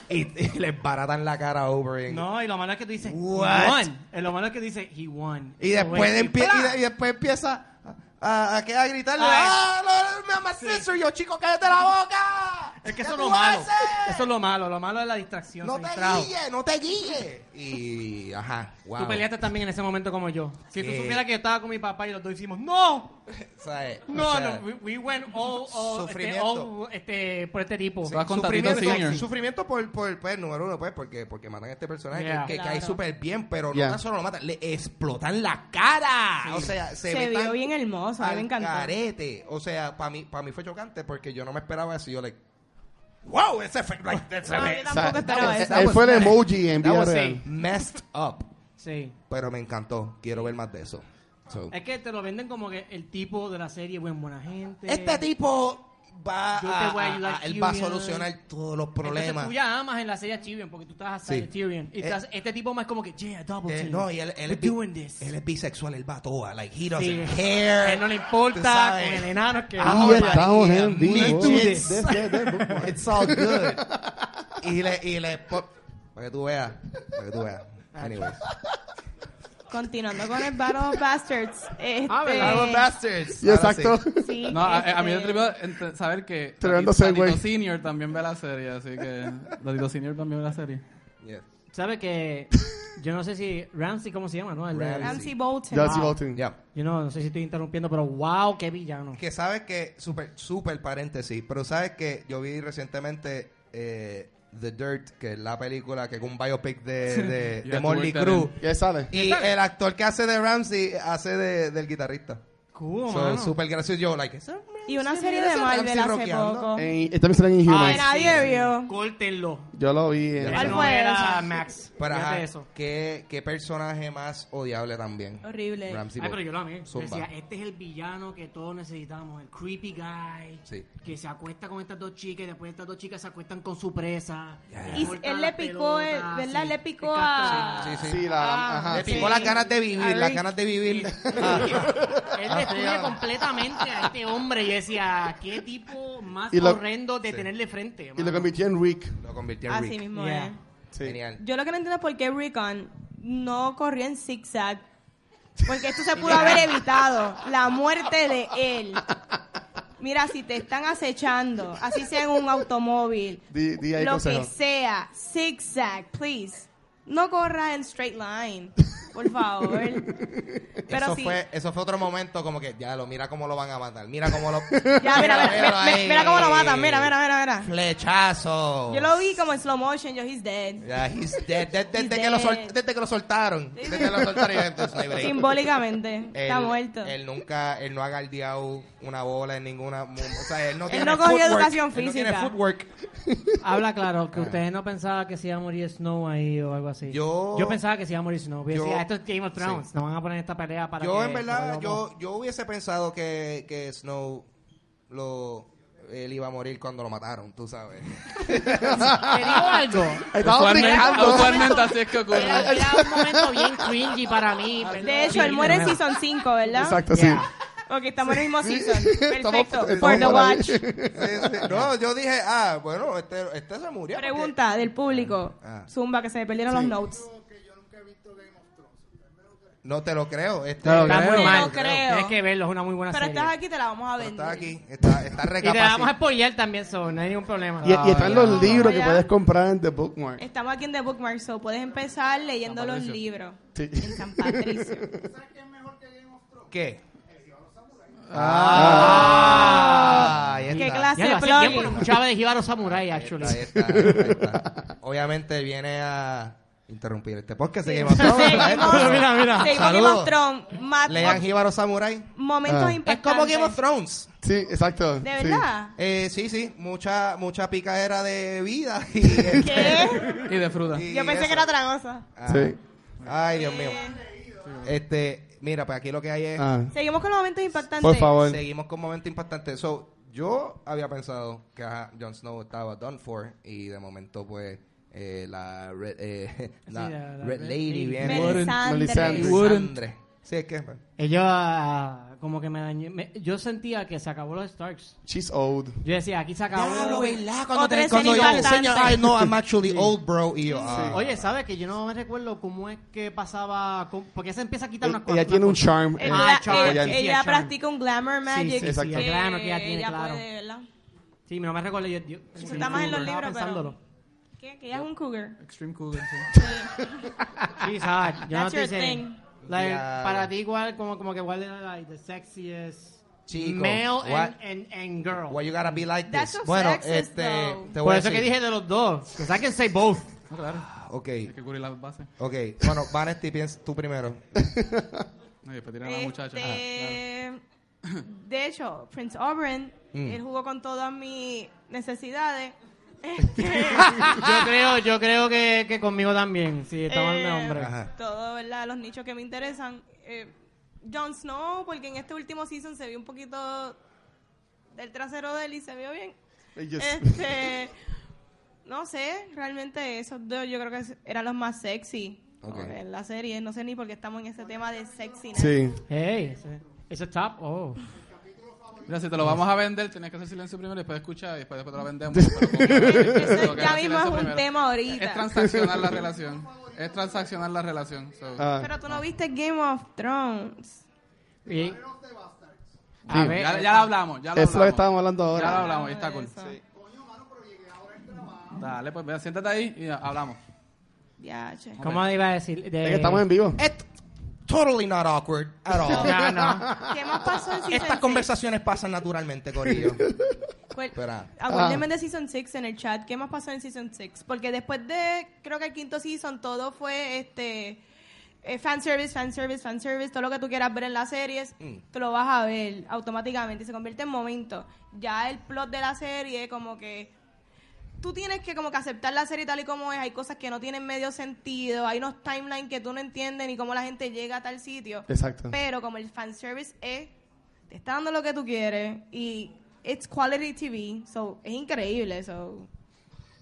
Y, y le baratan la cara a Oberyn.
No, y lo malo es que tú dices,
What?
he won. Eh, Lo malo es que dice, he won.
Y después,
Wait,
empie-
¡plá!
y de- y después empieza a, a- a que- a gritarle,
Ah.
¡Ah, no, no, me llama sister! Yo, chico, cállate la boca.
Es que
¿Qué
eso es
tú
lo malo.
haces?
Eso es lo malo. Lo malo es la distracción.
No
el
te
trago.
guíes, no te guíes. Y, ajá, wow.
Tú peleaste también en ese momento como yo. Si tú
Sí.
supieras que yo estaba con mi papá y los dos hicimos, ¡No!
¿Sabes?
No,
O sea,
no. We, we went all, all, este,
Sufrimiento.
all, este, por este tipo.
Sí. Vas con Tatito
sufrimiento,
Senior.
sufrimiento por, por pues, número uno, pues, porque, porque matan a este personaje que-
Yeah.
que,
Claro.
cae súper bien, pero
Yeah.
no tan solo lo matan, le explotan la cara. O sea, se,
se
ve
vio
tan
bien hermoso, a mí me
al
encantó.
Carete. O sea, para mí, para mí fue chocante porque yo no me esperaba eso. Yo, like, wow, ese fue.
<laughs>
Like, ese
No, yo
fue-
tampoco
Sa-
esperaba
That was-
eso.
that
Él
was
fue el
messed-
emoji en
that
vida
was
real.
Messed up.
Sí.
Pero me encantó. Quiero ver más de eso. So.
Es que te lo venden como que el tipo de la serie buen buena gente.
Este tipo va
Yo te
a,
voy a
a-
ayudar,
a- él va a
Tyrion.
solucionar todos los
Entonces
problemas.
tú ya amas en la serie a Tyrion porque tú estás hasta
Sí.
de Tyrion. Y
Eh,
estás- este tipo más como que, yeah, double
Eh,
team.
no, y él, él,
pues, We're
es bi-
doing this.
él es bisexual, él va a toa. Like, he doesn't
Sí.
care.
A él no le
Tú
importa con
sabes. Ah,
el enano que
Ahí estamos
María,
en vivo.
me too.
Yes, yes, yes,
<laughs>
yes.
It's all
<laughs>
good. y le... Y le po- para que tú veas. Para que tú veas. Anyways.
Continuando con el Battle of Bastards. Este,
Ah, Battle of Bastards.
Sí,
Ahora sí.
exacto.
sí,
<laughs> No, a, a
este,
mí me atrevió saber que
Tremendo
Tatito
segue.
Senior también ve la serie, así
<laughs>
que Tatito Senior también ve la serie.
Yeah.
¿Sabe que yo no sé si Ramsey, ¿cómo se llama? ¿No? El de-
Ramsey.
Ramsey Bolton.
Just voting.
Yeah.
yo no, no sé si estoy interrumpiendo, pero wow, qué villano.
Que sabes que, super, super paréntesis, pero sabes que yo vi recientemente eh, The Dirt, que es la película que es un biopic <laughs> de, de,
You
de
have to
Motley
work that
Crue.
¿Qué sale?
Y el actor que hace de Ramsey hace de, del guitarrista.
Cool,
So,
mano.
súper gracioso. Yo, like, ¿eso?
Y una
Sí,
serie
mira,
de
ese
Marvel
Ramsey
hace
rockeando. Eh,
poco.
En, y también sale en Inhumans.
Ay, nadie vio.
Córtenlo.
Yo lo vi. en-
Ya.
Él
¿Cuál
no
fue
era
esa?
Max.
Pero,
Fíjate
ajá,
eso.
¿qué, qué personaje más odiable también.
Horrible.
Ramsey
Ay,
Bo-
pero yo lo amé. Yo
Zumba.
Decía, este es el villano que todos necesitamos, el creepy guy.
Sí.
Que se acuesta con estas dos chicas y después estas dos chicas se acuestan con su presa.
Yeah.
Y
cortan
él le
las
picó, el-
pelotas,
¿verdad?
sí.
Le picó
El
a...
castro,
Sí, sí.
Sí, la. Ajá.
Le
sí.
picó las ganas de vivir,
Eric.
las ganas de vivir. Ah.
<laughs> Él destruye completamente a este hombre. Y decía, qué tipo más
Y lo-
horrendo de tenerle frente.
Y lo
mano.
convirtió en Rick.
Lo convirtió en
Así
Rick.
mismo
Yeah.
es.
Sí.
Genial.
Yo lo que no entiendo es por qué Recon no corrió en zigzag. Porque esto
<laughs>
se pudo haber evitado. La muerte de él. Mira, si te están acechando, así sea en un automóvil,
Di- di ahí
lo
consejo.
que sea, zigzag, please. No corra en straight line, por
<laughs>
favor. Pero
eso,
sí.
fue, eso fue otro momento como que, ya lo mira cómo lo van a matar, mira cómo lo...
<laughs>
<laughs>
Ya, mira, mira, mira,
ahí.
mira cómo lo matan, mira, mira, mira, mira.
Flechazo.
Yo lo vi como en slow motion, yo, he's dead.
Ya, he's dead. De- de-
He's
desde, que lo sol-
dead.
desde que lo soltaron.
Sí, sí.
Desde que lo soltaron. yo, entonces, no hay break.
Simbólicamente,
<laughs> Él-
está muerto.
Él nunca, él no ha galdeado una bola en ninguna... mu- O sea, él no
Él
tiene
no cogió
footwork.
educación
Él no tiene
física.
footwork.
Habla claro,
Ah.
que ustedes no pensaban que se iba a morir Snow ahí o algo así.
Yo-
pensaba que se iba a morir Snow. Yo,
Yo-
decía, esto es Game of Thrones. Nos van a poner esta pelea para
Yo
que
en verdad,
volvamos".
yo, yo hubiese pensado que, que Snow lo... él iba a morir cuando lo mataron, tú sabes. <laughs>
Te digo algo.
Estaba brincando.
<laughs> usualmente así es que <laughs> ocurre.
Era, era un momento bien cringy para mí.
Ah,
De hecho, él muere en Season 5, ¿verdad?
Exacto, sí.
Yeah.
Ok, estamos en el mismo
<laughs>
season.
Estamos-
Perfecto.
estamos
For the
por ahí.
watch.
Sí, sí. No, yo dije, ah, bueno, este, este se murió. porque-
Pregunta del público.
Ah.
Zumba, que se me perdieron los notes.
No te lo creo. Este,
No lo
Está
creo.
muy mal.
No creo.
Tienes que verlo, es una muy buena
Pero
serie.
estás aquí, te la vamos a
pero
vender.
está aquí, está, está
Y te la vamos a
recapacitado.
spoilear también, so, no hay ningún problema.
Y, y están los
no,
libros que
Ah. ya.
puedes comprar en The Bookmark.
Estamos aquí en The Bookmark, so puedes empezar leyendo
San
los
Patricio.
libros.
Sí.
En San Patricio.
¿Qué?
Ah.
Ah, ahí está.
¿Qué clase
Ya lo
de
hace tiempo no
plugin?
escuchaba de Jibaro Samurai, actually.
Ahí está, ahí está. Obviamente viene a interrumpir este podcast. Seguimos. todos,
Seguimos,
maestro.
Mira, mira.
seguimos Game
¿eh? Saludos.
of Thrones. Ma-
Lean Jíbaro Samurai.
momentos
Ah.
Es
impactantes.
como Game of Thrones.
<laughs> Sí, exacto.
¿De
sí.
verdad?
Eh, sí, sí, mucha mucha picadera de vida. Y,
<laughs>
¿Qué?
Y de fruta.
y
Yo pensé
eso.
que era tragosa.
Ah.
Sí.
Ay, Dios mío. Este, mira, pues aquí lo que hay es
Ah,
Seguimos con los momentos impactantes.
por favor.
Seguimos con momento impactante. So, yo había pensado que ajá, Jon Snow estaba done for y de momento pues eh, la Red, eh, <laughs> la
la- la
red
Red
Lady
Lady.
viene.
Melisandre.
Melisandre.
Melisandre. Sí, es que pues.
Ella, como que me dañó. me- yo sentía que se acabó los Starks.
She's old.
Yo decía, aquí se acabó.
¿verdad?
Cuando Otra te- cuando escena ella le impactante. enseña,
ay, no, I'm actually old, bro. Y yo, ah.
Oye, ¿sabes que yo no me recuerdo cómo es que pasaba? cómo- porque se empieza a quitar unas
Ella,
cosas.
tiene un
unas cosas.
charm. eh,
Ella,
Ah,
ella-
Charm,
royal.
sí,
ella
Charm.
practica un glamour magic. Eh,
sí,
exacto.
el glamour que ella tiene, claro.
puede, ¿verdad?
Sí, no me recuerdo. Yo, yo-
está más en los
estaba
libros, pero-
pensándolo.
¿Qué? Que ella es un cougar.
Extreme Cougar, sí. <laughs>
Sí, sabes, yo no
That's
te
your
sé.
thing.
Like,
Yeah.
Para ti igual, como, como que igual era like, the sexiest
Chico,
male
what-
and, and, and girl.
Why you gotta be like
That's
this?
so
bueno,
sexist,
este,
though.
te voy
Por
a
eso que
decir.
dije de los dos. Because I can say both.
No, Ah, claro.
Ok,
Hay que cubrir las bases.
ok. Bueno, Vanesti, piensa tú primero.
No, y después tiran a la muchacha. Ah,
Este, <coughs> De hecho, Prince Auburn,
Mm.
él jugó con todas mis necesidades. Este, <laughs>
Yo creo, yo creo que, que conmigo también. Sí, estamos
eh,
de hombre.
Ajá.
Todo, ¿verdad? Los nichos que me interesan. Eh, Jon Snow, porque en este último season se vio un poquito del trasero de él y se vio bien. Eh.
Yes.
Este, no sé, realmente esos dos yo creo que eran los más sexy
Ok.
en la serie. No sé ni por qué estamos en este tema de sexiness.
Sí.
Hey, ese- ese es top. Oh.
claro. Mira, si te lo vamos a vender, tenías que hacer silencio primero y después escuchar y después, después te
<laughs>
lo vendemos. pero como-
Eso
<laughs> Pero que
Eh, ya mismo es
hagas silencio
un
primero.
tema ahorita.
Es transaccionar la relación. Es transaccionar la relación. so.
Ah,
Pero tú no viste Game of Thrones.
Y-
Digo,
A ver,
ya, ya lo hablamos, ya lo
eso es lo que
hablamos.
estábamos hablando
Ya lo
ahora.
hablamos, y está cool.
Eso.
Dale, pues vea, siéntate ahí y hablamos.
Ya, che.
¿Cómo iba a decir? De-
Es que estamos en
Eh.
vivo.
It's totally not awkward at all.
No,
<laughs>
no.
¿Qué más pasó en Season
Estas
six?
conversaciones pasan naturalmente, <laughs> Corillo.
Cuel-
Espera.
Acuérdenme de Season 6 en el chat. ¿Qué más pasó en Season 6? Porque después de, creo que el quinto season, todo fue este eh, fanservice, fanservice, fanservice. Todo lo que tú quieras ver en las series,
Mm.
tú lo vas a ver automáticamente. Se convierte en momento. Ya el plot de la serie, como que. Tú tienes que como que aceptar la serie tal y como es. Hay cosas que no tienen medio sentido. Hay unos timelines que tú no entiendes ni cómo la gente llega a tal sitio.
Exacto.
Pero como el fanservice es, te está dando lo que tú quieres y it's quality TV, so es increíble, so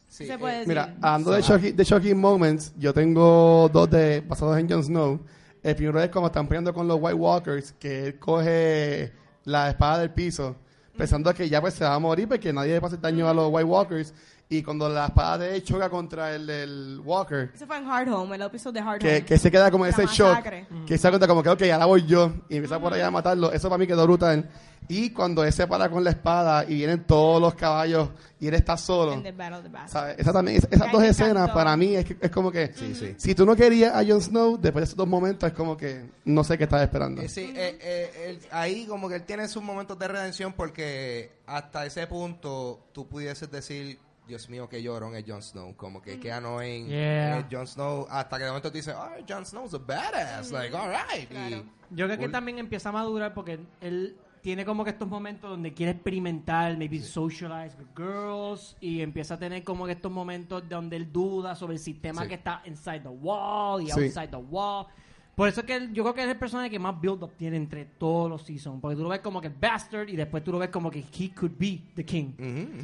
Sí,
se puede
eh,
decir.
Mira, hablando de shocking, de shocking Moments, yo tengo dos de basados en Jon Snow. El primero es cuando están peleando con los White Walkers, que él coge la espada del piso,
Mm.
pensando que ya pues se va a morir porque nadie le pasa el daño a los White Walkers. Y cuando la espada de él choca contra el, del Walker,
Eso fue en Hard Home, el episodio de Hard
que,
Home.
que se queda como
La
ese
masacre. Mm.
shock, que se da cuenta como que, ok, ahora voy yo, y empieza por allá a matarlo. Eso para mí quedó brutal. Y cuando él se para con la espada y vienen todos los caballos y él está solo.
En The Battle of the Bastards.
¿Sabes? Esa también- es- esas
Ahí
dos
me
escenas
encantó.
para mí es, que- es como que
sí.
si tú no querías a Jon Snow después de esos dos momentos es como que no sé qué estás esperando
Eh, sí, eh, eh, él- ahí como que él tiene sus momentos de redención porque hasta ese punto tú pudieses decir, Dios mío, que llorón es Jon Snow. Como que queda no en
Yeah.
eh, Jon Snow hasta que de momento te dice, oh, Jon Snow's a badass. Like, all right. Y-
Claro.
Yo creo que también empieza a madurar porque él tiene como que estos momentos donde quiere experimentar, maybe socialize with girls, y empieza a tener como que estos momentos donde él duda sobre el sistema
Sí.
que está inside the wall y
Sí.
outside the wall. Por eso es que él- yo creo que es el personaje que más build-up tiene entre todos los seasons. Porque tú lo ves como que bastard y después tú lo ves como que he could be the king.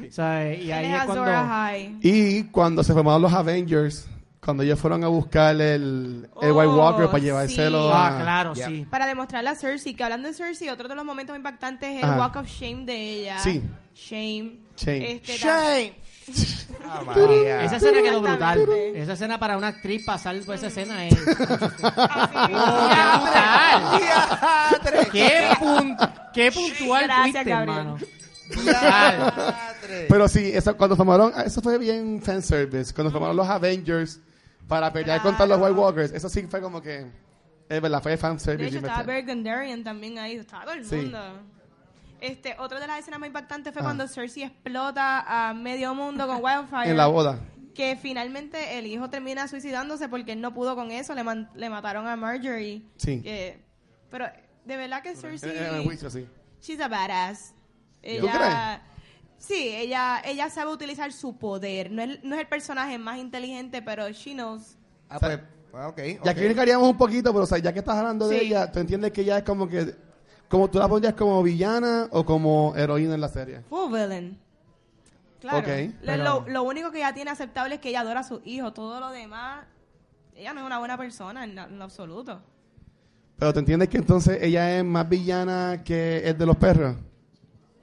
O sea, y ahí
Él
es cuando...
Azor Ahai.
Y cuando se formaron los Avengers, cuando ellos fueron a buscar el, el
Oh,
White Walker para
sí.
llevárselo
Ah,
a-
claro,
Yeah.
sí.
Para demostrarle a Cersei, que hablando de Cersei, otro de los momentos impactantes es
Ajá.
el walk of shame de ella.
Sí.
Shame.
Shame.
Este,
Ah, María.
Esa escena quedó brutal.
Bastante.
Esa escena para una actriz pasar por esa escena
<laughs>
es... ¡Qué
<laughs>
así.
¡Diatre!
brutal! ¡Qué, pun- qué puntual
Gracias,
fuiste,
Gabriel.
hermano!
¡Diatre!
Pero sí, eso, cuando formaron, ah, eso fue bien fanservice. Cuando formaron los Avengers para pelear contra los White Walkers, eso sí fue como que. Es verdad, fue
De
fanservice.
hecho,
y me-
estaba Bergendarian también ahí, estaba todo el
Sí.
mundo. Este, otra de las escenas más impactantes fue
Ah.
cuando Cersei explota a medio
<laughs>
mundo con Wildfire.
En la boda.
Que finalmente el hijo termina suicidándose porque él no pudo con eso, le, man- le mataron a Marjorie.
Sí.
Que- pero de verdad que Cersei...
En- en el juicio, sí.
She's a badass. Ella,
¿Tú crees?
Sí, ella, ella sabe utilizar su poder. No es, no es el personaje más inteligente, pero she knows.
Ah, pues, ah, ok. ok.
Y aquí brincaríamos un poquito, pero o sea, ya que estás hablando de
Sí.
ella, ¿tú entiendes que ella es como que. Como tú la pondrías como villana o como heroína en la serie?
Full villain. Claro.
Ok,
Lo-
pero-
lo, lo único que ella tiene aceptable es que ella adora a su hijo. Todo lo demás, ella no es una buena persona en, en lo absoluto.
Pero ¿te entiendes que entonces ella es más villana que el de los perros?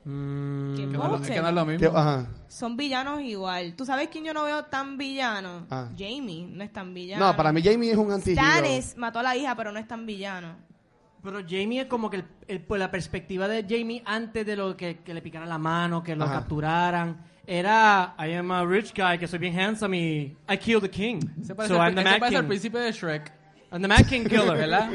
Qué
Que no es lo-
bullshit.
que no es lo
Que-
mismo.
ajá.
Son villanos igual. ¿Tú sabes quién yo no veo tan villano?
Ah.
Jamie no es tan villano.
No, para mí Jamie es un antihero.
Stannis mató a la hija, pero no es tan villano.
Pero Jamie es como que el, el- pues, la perspectiva de Jamie antes de lo que, que le picaran la mano, que lo
Ajá.
capturaran, era I am a rich guy, que soy bien handsome y I killed the king.
Se parece,
So
al-
I'm the
ese
mad
parece al
king.
príncipe de Shrek,
I'm the mad king killer. <laughs>
¿verdad?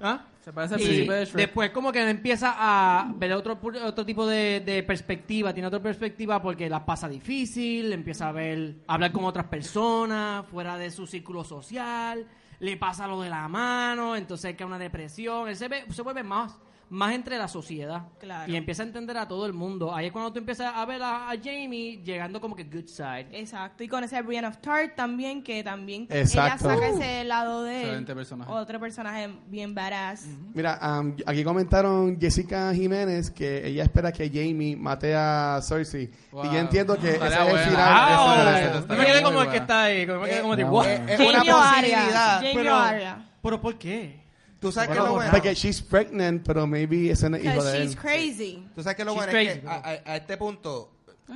¿Ah?
Se parece al
Y
príncipe de Shrek.
después como que empieza a ver otro pu- otro tipo de, de perspectiva, tiene otra perspectiva porque la pasa difícil, empieza a ver, a hablar con otras personas, fuera de su círculo social, le pasa lo de la mano, entonces que una depresión, él se, ve- se vuelve más, más entre la sociedad
Claro.
y empieza a entender a todo el mundo. Ahí es cuando tú empiezas a ver a, a Jamie llegando como que good side.
Exacto, y con ese Brienne of Tart también, que también
Exacto.
ella saca ese lado de él.
Excelente personaje.
Otro personaje bien badass.
Mira, am, aquí comentaron Jessica Jiménez que ella espera que Jamie mate a Cersei.
Wow.
Y yo entiendo que ese es
Estaría
el
buena.
final.
Wow.
ese es el
Ah,
Está
Yo
final.
me quedé
muy
como el
buena.
que está ahí, como me quedé como de,
Eh,
"What?"
eh, Es
Jamie
una
O'Hara,
posibilidad.
Jamie
Pero-
O'Hara.
¿Pero por qué?
Tú sabes que
Bueno,
lo bueno.
Porque she's pregnant, pero maybe ese no es hijo
Because
de
she's
él.
crazy.
Tú sabes que lo
She's
bueno es
crazy,
que a, a- a este punto,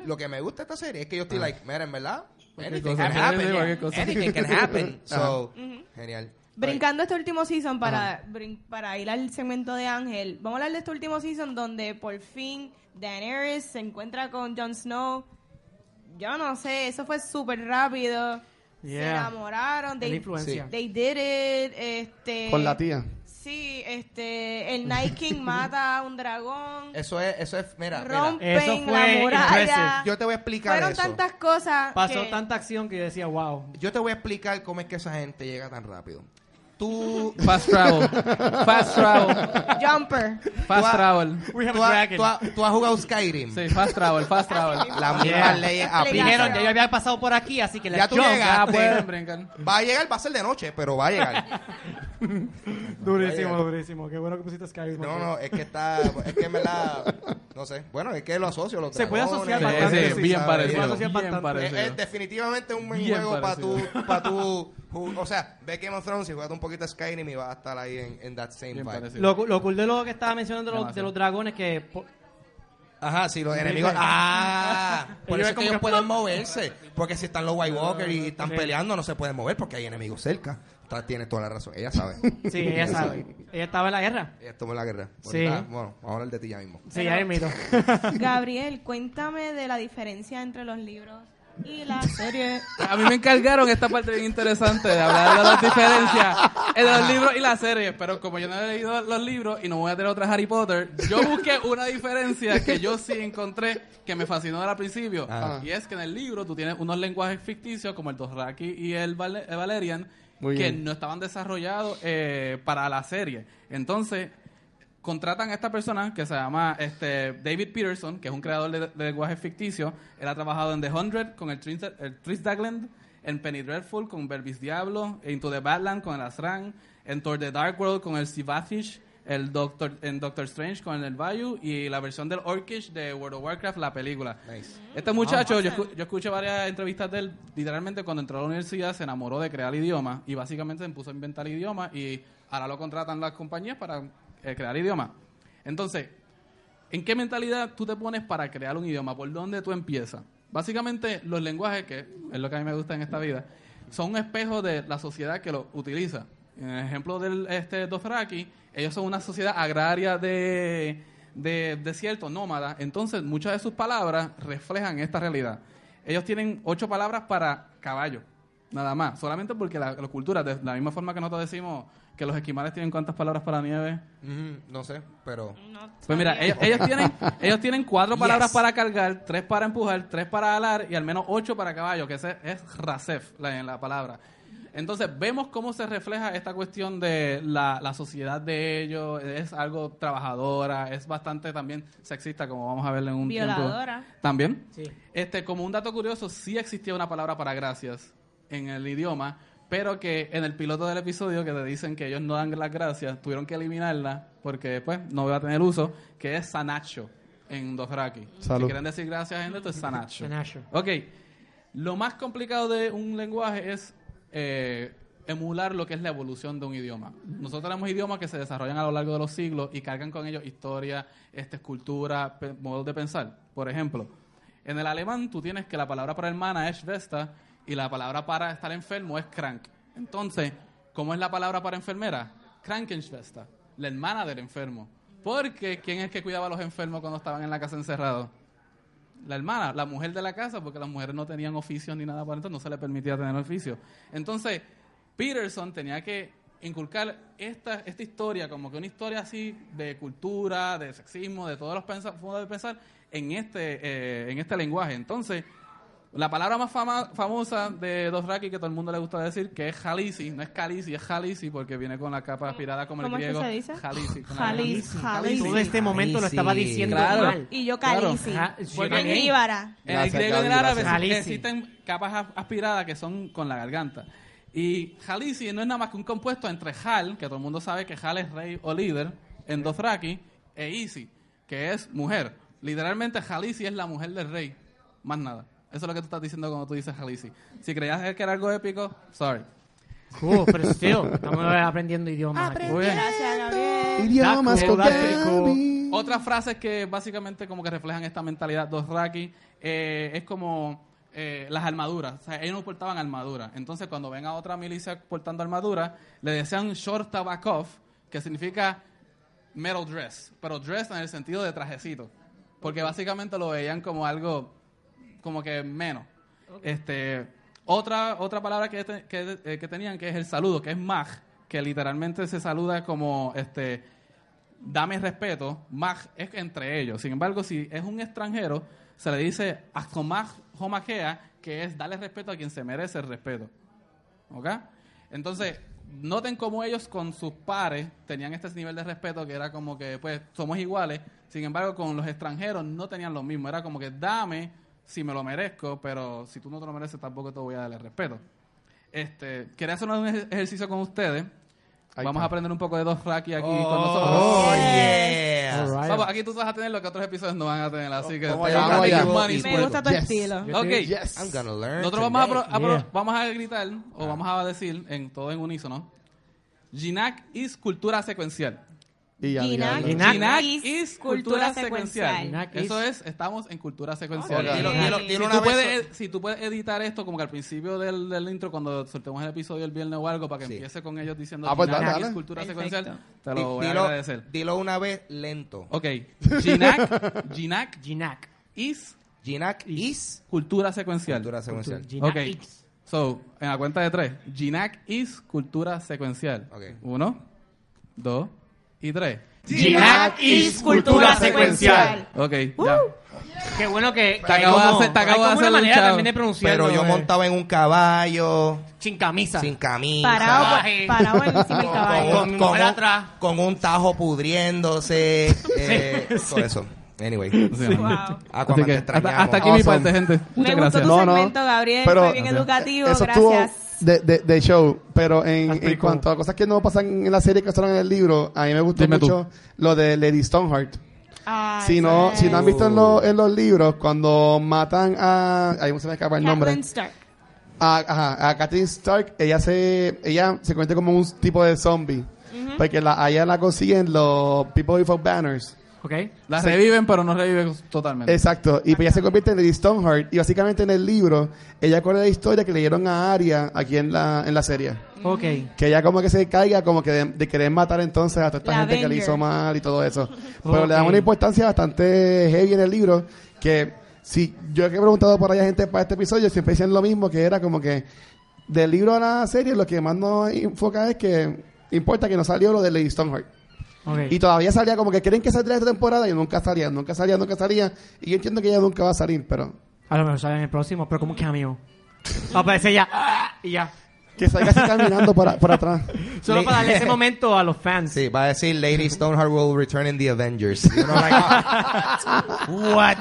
lo que me gusta de esta serie es que yo estoy like, miren, ¿verdad? Anything
cosa,
can
mira,
happen.
digo, cualquier cosa.
Anything can happen. So, genial.
Brincando este último season para, brin- para ir al segmento de Ángel, vamos a hablar de este último season donde por fin Daenerys se encuentra con Jon Snow. Yo no sé, eso fue súper rápido. Se
Yeah.
enamoraron.
Es la
They,
influencia.
they did it. Este,
Con la tía.
Sí, este, el Night
<laughs>
King mata a un dragón,
Eso es, eso es, mira, mira.
rompen
Eso
la
fue
muralla.
impressive.
Yo te voy a explicar
Fueron
eso.
tantas cosas.
Pasó
que-
tanta acción que yo decía, wow,
Yo te voy a explicar cómo es que esa gente llega tan rápido.
<laughs>
Tú,
Fast travel. Fast travel.
Jumper.
Fast
Tú-
travel.
we have
tú,
a
has,
dragon.
tú has- tú has jugado Skyrim.
Sí, fast travel, fast travel.
Las mismas
Yeah.
leyes
Dijeron,
aplican.
ya yo había pasado por aquí, así que la
Ya tú
chonga,
llegaste.
Pueden brincar.
Va a llegar, va a ser de noche, pero va a
<laughs>
llegar.
Durísimo,
Vaya.
durísimo. Qué bueno que pusiste Skyrim.
No, no, es que está, es que me la, no sé. Bueno, es que lo asocio. Los
Se puede
dragones,
asociar
Sí,
bastante,
sí,
¿sabes?
bien
Sí.
parecido.
Asocian
Bien
bastante.
parecido.
Es, es definitivamente un buen
Bien
juego para tu,
parecido.
para tu, ju- o sea, ve Game of Thrones y juegas un poquito a Skyrim y vas a estar ahí en, en that same
Bien
vibe.
parecido.
Lo, cu- lo cool de lo que estaba mencionando de los,
Demasiado.
de los dragones que... po-
Ajá, sí, los enemigos. Ah, por
Ellos
eso es que
como
ellos
que-
pueden moverse. Porque si están los White Walker y están
Sí.
peleando, no se pueden mover porque hay enemigos cerca. Está- Tienes toda la razón. Ella sabe.
Sí,
<laughs>
ella sabe. ella estaba en la guerra.
Ella tomó la guerra. Bueno,
Sí.
nada, bueno, vamos a hablar de ti ya mismo.
Sí, ya mito.
Gabriel, cuéntame de la diferencia entre los libros y la serie.
A mí me encargaron esta parte bien interesante de hablar de las diferencias entre los libros y las series, pero como yo no he leído los libros y no voy a tener otra Harry Potter, yo busqué una diferencia que yo sí encontré que me fascinó al principio,
Ajá.
y es que en el libro tú tienes unos lenguajes ficticios como el Dothraki y el, Vale- el Valerian
Muy
que
bien.
no estaban desarrollados eh, para la serie. Entonces, contratan a esta persona que se llama este, David Peterson, que es un creador de, de lenguaje ficticio. Él ha trabajado en The Hundred con el Tris, el Tris Dagland, en Penny Dreadful con Verbis Diablo, Into the Badland con el Azran, en Thor The Dark World con el Sivathish, el Doctor, en Doctor Strange con el Bayou y la versión del Orkish de World of Warcraft, la película.
Nice.
Este muchacho, yo, escu- yo escuché varias entrevistas de él, literalmente cuando entró a la universidad se enamoró de crear idiomas y básicamente se puso a inventar idiomas y ahora lo contratan las compañías para eh, crear idiomas. Entonces, ¿En qué mentalidad tú te pones para crear un idioma? ¿Por dónde tú empiezas? Básicamente, los lenguajes, que es lo que a mí me gusta en esta vida, son un espejo de la sociedad que lo utiliza. En el ejemplo del este, Dothraki, ellos son una sociedad agraria de, de desierto, nómada. Entonces, muchas de sus palabras reflejan esta realidad. Ellos tienen ocho palabras para caballo, nada más. Solamente porque la, la cultura, de la misma forma que nosotros decimos que los esquimales tienen cuántas palabras para nieve,
Ujú, no sé, pero...
No
pues mira,
sabía.
ellos, ellos tienen, <laughs> ellos tienen cuatro palabras para cargar, tres para empujar, tres para alar y al menos ocho para caballo, que ese es rasef, la, la palabra. Entonces, vemos cómo se refleja esta cuestión de la, la sociedad de ellos, es algo trabajadora, es bastante también sexista, como vamos a ver en un
Violadora.
tiempo. También.
<laughs> Sí.
Este, como un dato curioso, sí existía una palabra para gracias en el idioma, pero que en el piloto del episodio que te dicen que ellos no dan las gracias, tuvieron que eliminarla porque pues, no iba a tener uso, que es sanacho en Dothraki. Si
Salud.
quieren decir gracias, gente, esto es sanacho.
Sanacho.
Ok. Lo más complicado de un lenguaje es eh, emular lo que es la evolución de un idioma. Nosotros tenemos idiomas que se desarrollan a lo largo de los siglos y cargan con ellos historia, este, escultura, pe- modos de pensar. Por ejemplo, en el alemán tú tienes que la palabra para hermana es Schwester y la palabra para estar enfermo es Krank. Entonces, ¿cómo es la palabra para enfermera? Krankenschwester, la hermana del enfermo. Porque ¿quién es que cuidaba a los enfermos cuando estaban en la casa encerrados? la hermana, la mujer de la casa, porque las mujeres no tenían oficios ni nada para entonces, no se les permitía tener oficio. Entonces, Peterson tenía que inculcar esta, esta historia, como que una historia así de cultura, de sexismo, de todos los pensa- modos de pensar, en este, eh, en este lenguaje. Entonces, la palabra más fama- famosa de Dothraki que todo el mundo le gusta decir, que es jalisi, no es calisi, es jalisi, porque viene con la capa aspirada como el
cómo es que
griego.
se dice?
Jalisi, con la
Jalis, Jalis.
Todo este momento lo
sí.
estaba diciendo
Claro.
mal.
Y yo
Claro.
Calisi.
Ah, yo
Porque
también.
en Íbara.
En el
Gracias,
griego y en el
Gaby,
árabe
gracias.
existen capas as- aspiradas que son con la garganta. Y jalisi no es nada más que un compuesto entre jal, que todo el mundo sabe que jal es rey o líder, en Dothraki, e isi, que es mujer. Literalmente jalisi es la mujer del rey, más nada. Eso es lo que tú estás diciendo cuando tú dices jalisi. Si creías que era algo épico, sorry.
Cool, Oh, pero tío, estamos aprendiendo idiomas. aquí.
Muy bien.
Gracias, Gabriel.
Idiomas
Daco,
con
daco.
Gaby.
Otras frases que básicamente como que reflejan esta mentalidad Dothraki eh, es como eh, las armaduras. O sea, ellos no portaban armadura. Entonces, cuando ven a otra milicia portando armadura, le decían short tabakov, que significa metal dress. Pero dress en el sentido de trajecito. Porque básicamente lo veían como algo como que menos. Este, otra, otra palabra que, te- que, eh, que tenían que es el saludo, que es mag, que literalmente se saluda como este dame respeto, más es entre ellos. Sin embargo, si es un extranjero, se le dice ascomaj homajea, que es darle respeto a quien se merece el respeto. ¿Ok? Entonces, noten cómo ellos con sus pares tenían este nivel de respeto que era como que, pues, somos iguales. Sin embargo, con los extranjeros no tenían lo mismo. Era como que dame si me lo merezco, pero si tú no te lo mereces, tampoco te voy a dar el respeto. Este, quería hacer un ej- ejercicio con ustedes.
Ahí
Vamos
está.
a aprender un poco de dos aquí con nosotros.
Oh,
Yes.
yeah.
All right.
Vamos, ah, aquí tú vas a tener lo que otros episodios no van a tener, así que
Vamos
te
allá,
van a
vamos
make
allá.
your money's
Me
worth.
gusta tu
Yes.
estilo.
Ok,
Yes.
I'm gonna learn
nosotros vamos a,
today.
pro- a pro-
Yeah.
vamos a gritar, o vamos a decir en todo en unísono, Ginac is cultura secuencial.
Y ya, ya, ya.
Ginac
Ginac
is
is cultura
cultura
secuencial.
secuencial.
Ginac is-
Eso es, estamos en cultura secuencial.
Ok.
Y lo- y lo-
Tiene
si,
una
tú
vez-
puedes, si tú puedes editar esto como que al principio del, del intro, cuando soltemos el episodio el viernes o algo, para que
Sí.
empiece con ellos diciendo
Ah, pues
Ginac
dale,
is
dale.
cultura
Perfecto.
secuencial, te
Di-
lo voy a
dilo-
agradecer. Oh.
Dilo una vez lento.
Ok, Ginac, Ginac
Ginac.
is
Ginac is
cultura secuencial.
cultura secuencial.
Ginac
Ok.
X.
So, en la cuenta de tres. Ginac is cultura secuencial.
Ok.
Uno, dos y tres.
Ginac is cultura secuencial.
Ok, ya.
Qué bueno que. que
Te
hay
acabo de
como-
hacer- te
hay
acabo de
como una
hacer
manera
luchado.
también de pronunciarlo.
Pero yo
eh.
montaba en un caballo,
Sin camisa.
sin camisa.
Parado,
Salvaje.
parado encima del
Ah, con,
caballo.
Con mi
un-
mujer
un-
atrás.
con un tajo pudriéndose.
<laughs>
eh, Todo eso. Anyway.
Wow.
Aquaman,
Así que
te
hasta,
extrañamos.
hasta aquí mi
Awesome.
parte, gente.
Me
Muchas
gustó
gracias.
tu
No, no.
segmento, Gabriel.
Pero-
Fue bien
Gracias.
educativo.
Eso estuvo
gracias.
de, de, de show, pero en,
Las
en
prequel.
cuanto a cosas que no pasan en la serie que están en el libro, a mí me gustó
Dime tú.
mucho lo de Lady Stoneheart.
Ay,
Si no,
sí.
si no han visto en, los- en los libros, cuando matan a... Ahí se me escapa el nombre.
Catelyn Stark.
A, ajá, a Catherine Stark, ella se, ella se convierte como un tipo de zombie. Porque la, allá la consiguen los People Before Banners.
¿Ok?
La reviven, pero no reviven totalmente.
Exacto. Y pues ella se convierte en Lady Stoneheart. Y básicamente en el libro, ella corre la historia que le dieron a Arya aquí en la, en la serie.
Ok.
Que ella como que se caiga como que de, de querer matar entonces a toda esta
La
gente que le
Avenger.
hizo mal y todo
<laughs>
eso. Pero le damos
Ok.
una importancia bastante heavy en el libro que si yo que he preguntado por allá gente para este episodio siempre dicen lo mismo que era como que del libro a la serie lo que más nos enfoca es que importa que no salió lo de Lady Stoneheart.
Ok.
Y todavía salía como que quieren que saliera esta temporada y nunca salía, nunca salía, nunca salía. Y yo entiendo que ella nunca va a salir, pero
A lo mejor sale en el próximo, pero como que amigo. Aparece ya. ¡ah! Y ya.
que
<laughs>
salga así caminando por, a- por atrás.
Solo
Le-
para
<laughs>
darle ese momento a los fans.
Sí, va a decir Lady Stoneheart will return in the Avengers. You
<laughs>
know, like, what?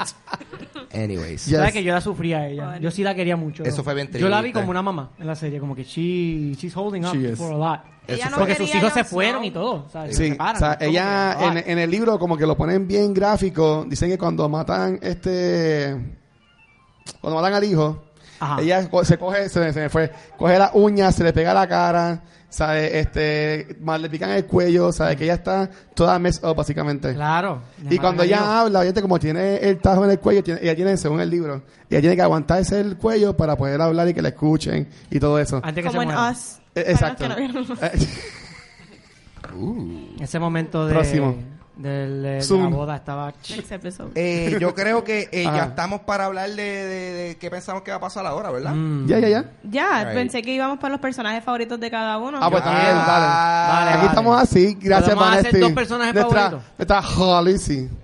Anyways.
Yes.
¿Sabes que yo la sufría a ella?
Bueno.
Yo sí la quería mucho.
Eso fue bien
Yo la
triste.
vi como una mamá en la serie, como que she, she's holding up
She is.
for a lot.
Ella
Eso
no
Porque
quería
sus hijos
a
se
Jon
fueron
Snow.
y todo. O sea, se
Sí,
separan,
o sea,
es como
ella
que,
en,
ah,
en el libro como que lo ponen bien gráfico. Dicen que cuando matan este... Cuando matan al hijo,
Ajá.
ella co- se coge, se, me- se me fue, coge la uña, se le pega la cara, ¿sabes? Este, más le pican el cuello, ¿sabes? Que ella está toda messed up, básicamente.
Claro.
Y cuando ella habla, obviamente como tiene el tajo en el cuello, tiene- ella tiene, según el libro, ella tiene que aguantarse el cuello para poder hablar y que la escuchen y todo eso.
Antes que se
Como en
muera.
Eh,
Us. Para los
Exacto.
que no vieron. <laughs>
Eh,
Ese momento de,
Próximo.
del, eh, de la
Zoom.
boda estaba...
Next episode.
Eh, yo creo que eh,
Ajá.
ya estamos para hablar de, de- de qué pensamos que va a pasar ahora, ¿verdad?
Mm.
<laughs> ya, ya, ya.
Ya,
Right.
pensé que íbamos para los personajes favoritos de cada uno.
Ah, pues también,
Ah,
dale.
vale,
Aquí
vale.
estamos así, gracias
Podemos hacer
Vanesti.
dos personajes
nuestra,
favoritos.
nuestra Holly, sí.
<laughs>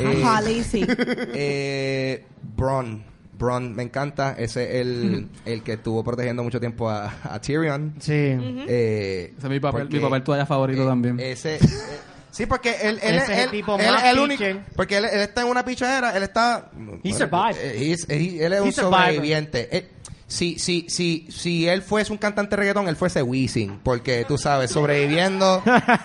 Eh,
Ajá, Lacey.
eh, Bron. Bron, me encanta. Ese es el, el que estuvo protegiendo mucho tiempo a, a Tyrion.
Sí.
Mm.
Eh,
Ese es mi papel,
porque-
mi papel toalla favorito
eh,
también.
Ese, eh, sí, porque él, él,
Ese es el
él-
tipo
él
más
es el único.
piche.
Porque él, él está en una pichadera, él está.
He survived.
Eh, he's- he- él es
He
un
survived.
sobreviviente. Eh, si, si, si, si él fuese un cantante de reggaetón, él fuese Wisin. Porque tú sabes, sobreviviendo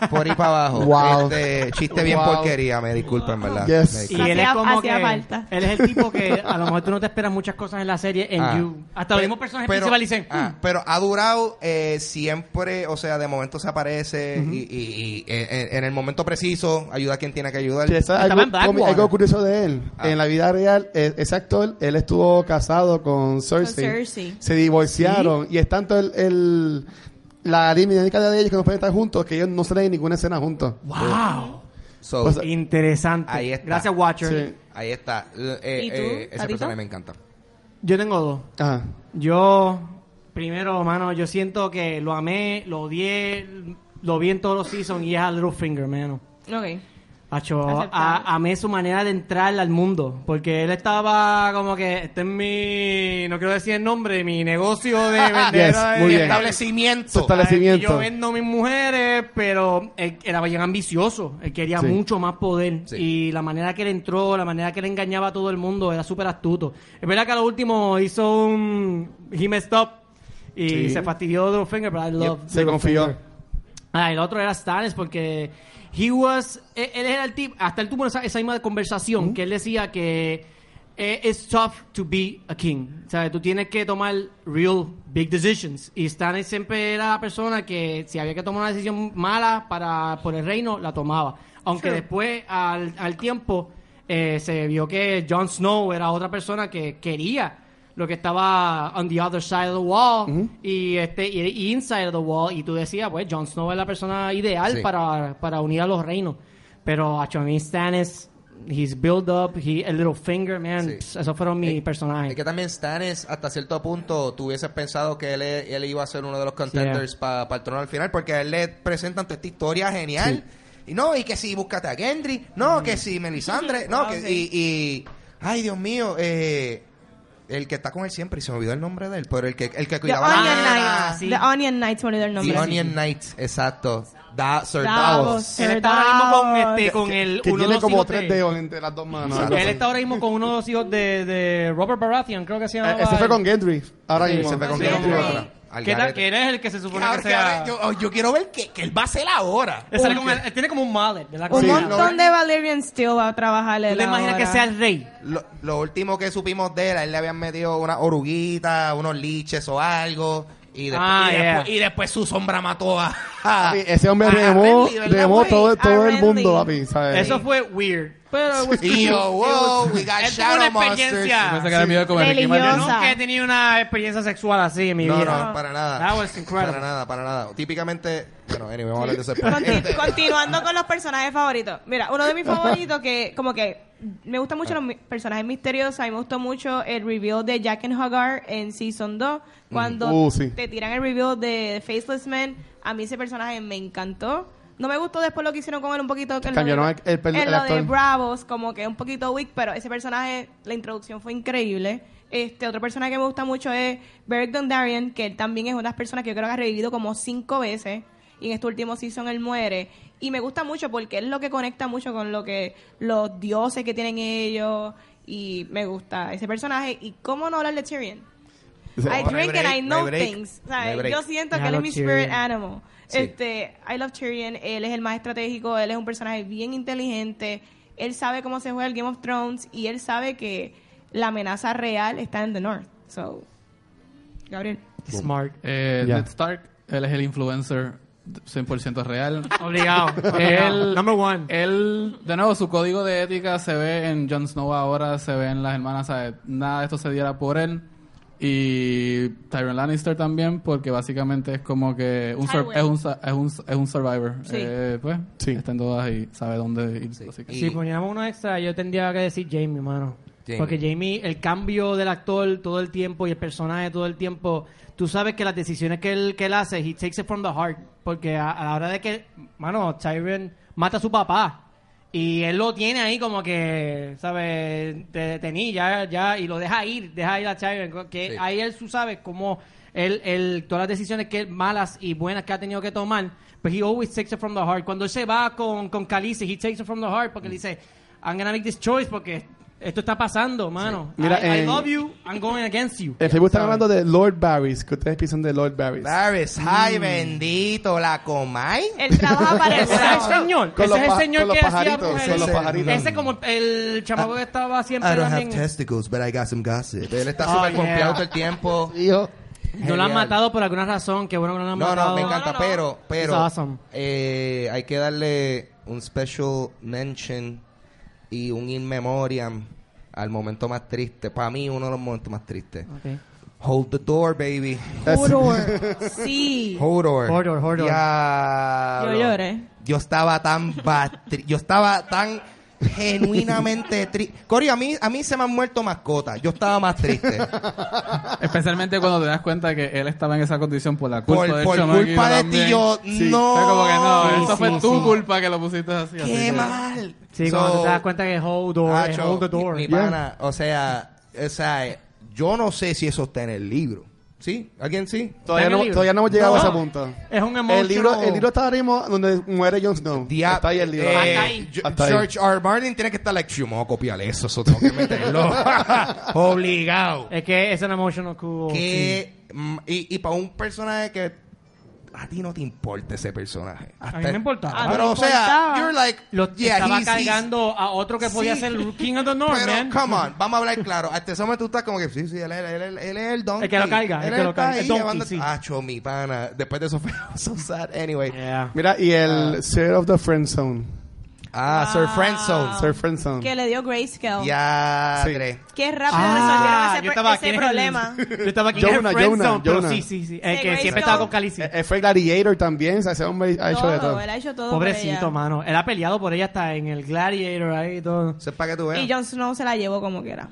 por ahí para abajo.
Wow.
Este, chiste bien
Wow.
porquería, me disculpen, ¿verdad?
Yes.
Me disculpen.
Y él es
Hacía-
como
hacía
que...
falta.
Él es el tipo que a lo mejor tú no te esperas muchas cosas en la serie, en
Ah.
You. Hasta los
Pe-
mismos personajes principales dicen...
ah,
"Mm".
pero ha durado eh, siempre, o sea, de momento se aparece y, y- y, eh, en, en el momento preciso ayuda a quien tiene que ayudar.
Sí, eso es
Estaba en
algo,
Blackwater.
comi- algo curioso de él.
Ah.
En la vida real, eh, ese actor, él estuvo casado con Cersei.
Con Cersei.
Se divorciaron y es tanto el, el- la dinámica de ellos que no pueden estar juntos que ellos no salen en ninguna escena juntos.
¡Wow!
So,
Pues,
Interesante.
Ahí está.
Gracias, Watcher.
Sí.
ahí está. L- eh,
¿Y tú,
eh, ese
Tatito?
personaje me encanta.
Yo tengo dos.
Ajá.
Yo, primero, mano, yo siento que lo amé, lo odié, lo vi en todos los seasons y es a Littlefinger, mano.
Ok.
Acho,
Aceptable.
a- amé su manera de entrar al mundo, porque él estaba como que, este es mi, no quiero decir el nombre, mi negocio de vender.
Yes, muy
de-
bien. Su
Establecimiento.
establecimiento.
Yo vendo mis mujeres, pero él era bien ambicioso. Él quería
Sí.
mucho más poder.
Sí.
Y la manera que él entró, la manera que él engañaba a todo el mundo, era súper astuto. Es verdad que a lo último hizo un... He messed up. Y
Sí.
se fastidió de Littlefinger, pero I love
Se confió.
Littlefinger. Ah, el otro era Stannis porque he was, él, él era el tipo, hasta él tuvo esa, esa misma conversación que él decía que eh, it's tough to be a king. O sea, tú tienes que tomar real big decisions. Y Stannis siempre era la persona que si había que tomar una decisión mala para por el reino, la tomaba. Aunque después, al, al tiempo, eh, se vio que Jon Snow era otra persona que quería lo que estaba on the other side of the wall y este y, y inside of the wall y tú decías pues Jon Snow es la persona ideal
Sí.
para, para unir a los reinos pero a mí Stannis his build up he, el little finger man
Sí.
pss, esos fueron
Eh,
mis
Es
personajes
que también Stannis, hasta cierto punto, tú hubieses pensado que él, él iba a ser uno de los contenders para el trono al final, porque a él le presentan toda esta historia genial. Y no, y que si búscate a Gendry, no,
Mm.
que si Melisandre, no,
Ah,
que
ok.
y, y- Ay, Dios mío, eh, el que está con él siempre, y se me olvidó el nombre de él, pero el que, el que
The
cuidaba la
Onion
Knight.
nena.
Knights.
sí.
The Onion Knights, me olvidó el nombre.
The Onion Knight, exacto. Da, Sir
Davos.
Davos.
él está ahora mismo con este con el
Que
uno de
tiene
los
como
hijos
tres
de,
dedos entre las dos manos.
Exacto.
algo
él
así.
está ahora mismo con uno de los hijos de, de Robert Baratheon creo que se
Eh,
llamaba
Ese fue
él.
con Gendry. Ahora mismo.
se fue con
Sí,
Gendry
sí.
otra. Al
¿Qué tal?
garete.
Que eres el que se supone
Cabrón,
que sea.
cabrón, yo, oh, yo quiero ver que, que él va a hacer ahora.
Él sale con el- él eh, tiene como un mallet, ¿verdad? Como
Un
Sí.
una-
no,
montón de Valerian Steel va a trabajar
¿Tú
el
te imaginas que sea el rey?
Uh. Lo, lo último que supimos de él, a él le habían metido una oruguita, unos liches o algo. Y, después-
Ah,
y, después,
yeah.
y después su sombra mató a. <laughs>
Papi, Ah, ese hombre
a
remó,
Renly, ¿verdad,
remó
güey?
todo, todo el
Renly.
mundo, papi, ¿sabes?
Eso fue weird.
Pero
Y <laughs> yo, wow, we got
Él tuvo una
shadow monsters.
experiencia.
Pensé que era miedo como Ricky
Religiosa.
Yo
Martin.
nunca he tenido una experiencia sexual así en mi
No,
vida.
no, para
That
nada.
was incredible.
Para nada, para nada. Típicamente, bueno, anyway, vamos a hablar de eso después. <laughs>
Conti- eh, continuando con los personajes favoritos. Mira, uno de mis favoritos que como que me gustan mucho los mi- personajes misteriosos. A mí me gustó mucho el reveal de Jack and Hagar en Season 2. Cuando
Mm. Uh, sí.
te tiran el reveal de Faceless Man, a mí ese personaje me encantó. No me gustó después lo que hicieron con él un poquito. en lo
Cambiaron
de-
el- el per-
en
el
lo de
actor.
Bravos, como que un poquito weak, pero ese personaje, la introducción fue increíble. Este, otro personaje que me gusta mucho es Beric Dondarrion, que él también es una de las personas que yo creo que ha revivido como cinco veces. Y en este último season él muere. Y me gusta mucho porque es lo que conecta mucho con lo que los dioses que tienen ellos. Y me gusta ese personaje. Y cómo no hablar de Tyrion. I
No hay
drink and I
break,
know
no hay break,
things.
no hay
¿sabes?
break.
Yo siento que
I
él es
love
mi
Tyrion.
spirit animal.
Sí.
Este, I love Tyrion. Él es el más estratégico. Él es un personaje bien inteligente. Él sabe cómo se juega el Game of Thrones y él sabe que la amenaza real está en the North. So, Gabriel.
Smart.
Eh,
Ya.
Ned Stark, él es el influencer 100% real.
Obligado.
<laughs>
Él-
Number one.
Él, de nuevo, su código de ética se ve en Jon Snow ahora, se ve en las hermanas, ¿sabes? nada de esto se diera por él. Y Tyrion Lannister también, porque básicamente es como que un sur-
Tywin.
es, un, sa- es, un, es un survivor.
Sí.
Eh, pues,
Sí.
está en todas y sabe dónde ir. así que-
Y-
Si poníamos uno extra, yo tendría que decir Jamie, mano.
Jamie.
Porque Jamie, el cambio del actor todo el tiempo y el personaje todo el tiempo, tú sabes que las decisiones que él, que él hace, he takes it from the heart. Porque a, a la hora de que, mano, Tyrion mata a su papá y él lo tiene ahí como que, ¿sabes? Te detení ya, ya, y lo deja ir, deja ir a Tyrion. Que
Sí.
ahí él, tú sabes, como él, él- todas las decisiones que él- malas y buenas que ha tenido que tomar, pues he always takes it from the heart. Cuando él se va con, con Khaleesi, he takes it from the heart
Mm.
porque le dice, I'm gonna make this choice porque esto está pasando, mano.
Mira,
I, I
en-
love you, I'm going against you.
En Facebook están hablando de Lord Barrys. ¿Qué ustedes piensan de Lord Barrys?
Davis,
Mm.
ay bendito, la comay.
Él trabaja
<laughs>
Ah, para el
Ese es el
Crown.
señor,
Con
ese
los
es el
pa-
señor
con los
que hacía
pajaritos,
brujería.
con los pajaritos.
Ese como el chamaco que estaba
Ah,
siempre también.
testicles, but I got some gossip. Él está
Oh,
súper
yeah.
confiado todo el <laughs> tiempo.
Hijo.
No lo han
Genial.
matado por alguna razón, que bueno que no lo han
No,
matado.
no, me encanta,
No, no, no.
pero,
It's
pero
awesome.
eh, hay que darle un special mention y un in memoriam al momento más triste. Para mí, uno de los momentos más tristes.
Ok.
Hold the door, baby.
Hodor. Sí.
Hodor.
Hodor, Hodor.
Diablo.
Yo lloré.
Yo estaba tan batri- yo estaba tan genuinamente triste. Corio, a mí, a mí se me han muerto mascotas. Yo estaba más triste.
Especialmente cuando te das cuenta que él estaba en esa condición por la culpa
por
del
por
chamaquito
culpa de ti,
también.
yo
Sí.
no.
Fue como que no,
Sí,
eso fue
sí,
tu
sí.
culpa que lo pusiste así. así
Qué
que-
mal.
Sí,
So,
cuando te das cuenta que hold, door,
Hacho,
hold the door.
Mi, mi
Yeah.
pana, o sea, o sea, eh, yo no sé si eso está en el libro. ¿Sí? ¿Alguien sí?
¿Está
Todavía
en el
no,
libro?
todavía no hemos llegado
No.
a ese punto.
Es un
El libro,
emotional-
el libro está ahora mismo donde muere Jon Snow.
Dia-
está ahí el libro.
eh,
Hasta ahí.
Yo-
Hasta ahí.
George R. Martin tiene que estar like, yo me voy a copiar eso, eso tengo
<laughs>
que meterlo. Obligado.
Es que es un emotional cool.
Que, mm, y, y para un personaje que a ti no te importa ese personaje.
A
Hasta-
mí me importaba.
Ah,
Pero,
no
o sea,
importaba.
you're like,
Lo
yeah,
estaba
he's- he's-
cargando a otro que podía
Sí.
ser el King of the North,
Pero,
man.
come on, vamos a hablar claro. Hasta ese momento tú estás como que, sí, sí, él, es- él es- él es el donkey.
El que lo carga, el
Él
que lo
está
carga,
ahí
el donkey,
llevando-
sí.
Acho, mi pana. Después de eso <laughs> fue so sad. Anyway.
Yeah.
Mira, y el Sir of the Friend Zone.
Ah, Sir
Wow.
Friendzone.
Sir Friend Zone.
Que le dio grayscale.
Ya,
Sí.
tres.
Qué rápido
Ah, yo
resolvieron ese,
estaba
pro-
aquí
ese
en el- <laughs>
problema.
Yo estaba aquí en
Jonah,
el friend
Jonah,
zone, pero
Jonah.
sí, sí, sí.
Sí,
El que
Grayskull.
siempre estaba con Calici.
Eh, eh, fue Gladiator también. o sea, ese hombre ha hecho de todo.
Todo, él ha hecho todo. por
Pobrecito,
ella.
mano. Él ha peleado por ella hasta en el Gladiator ahí y todo.
Eso es para que tú veas.
Y Jon Snow se la llevó como quiera.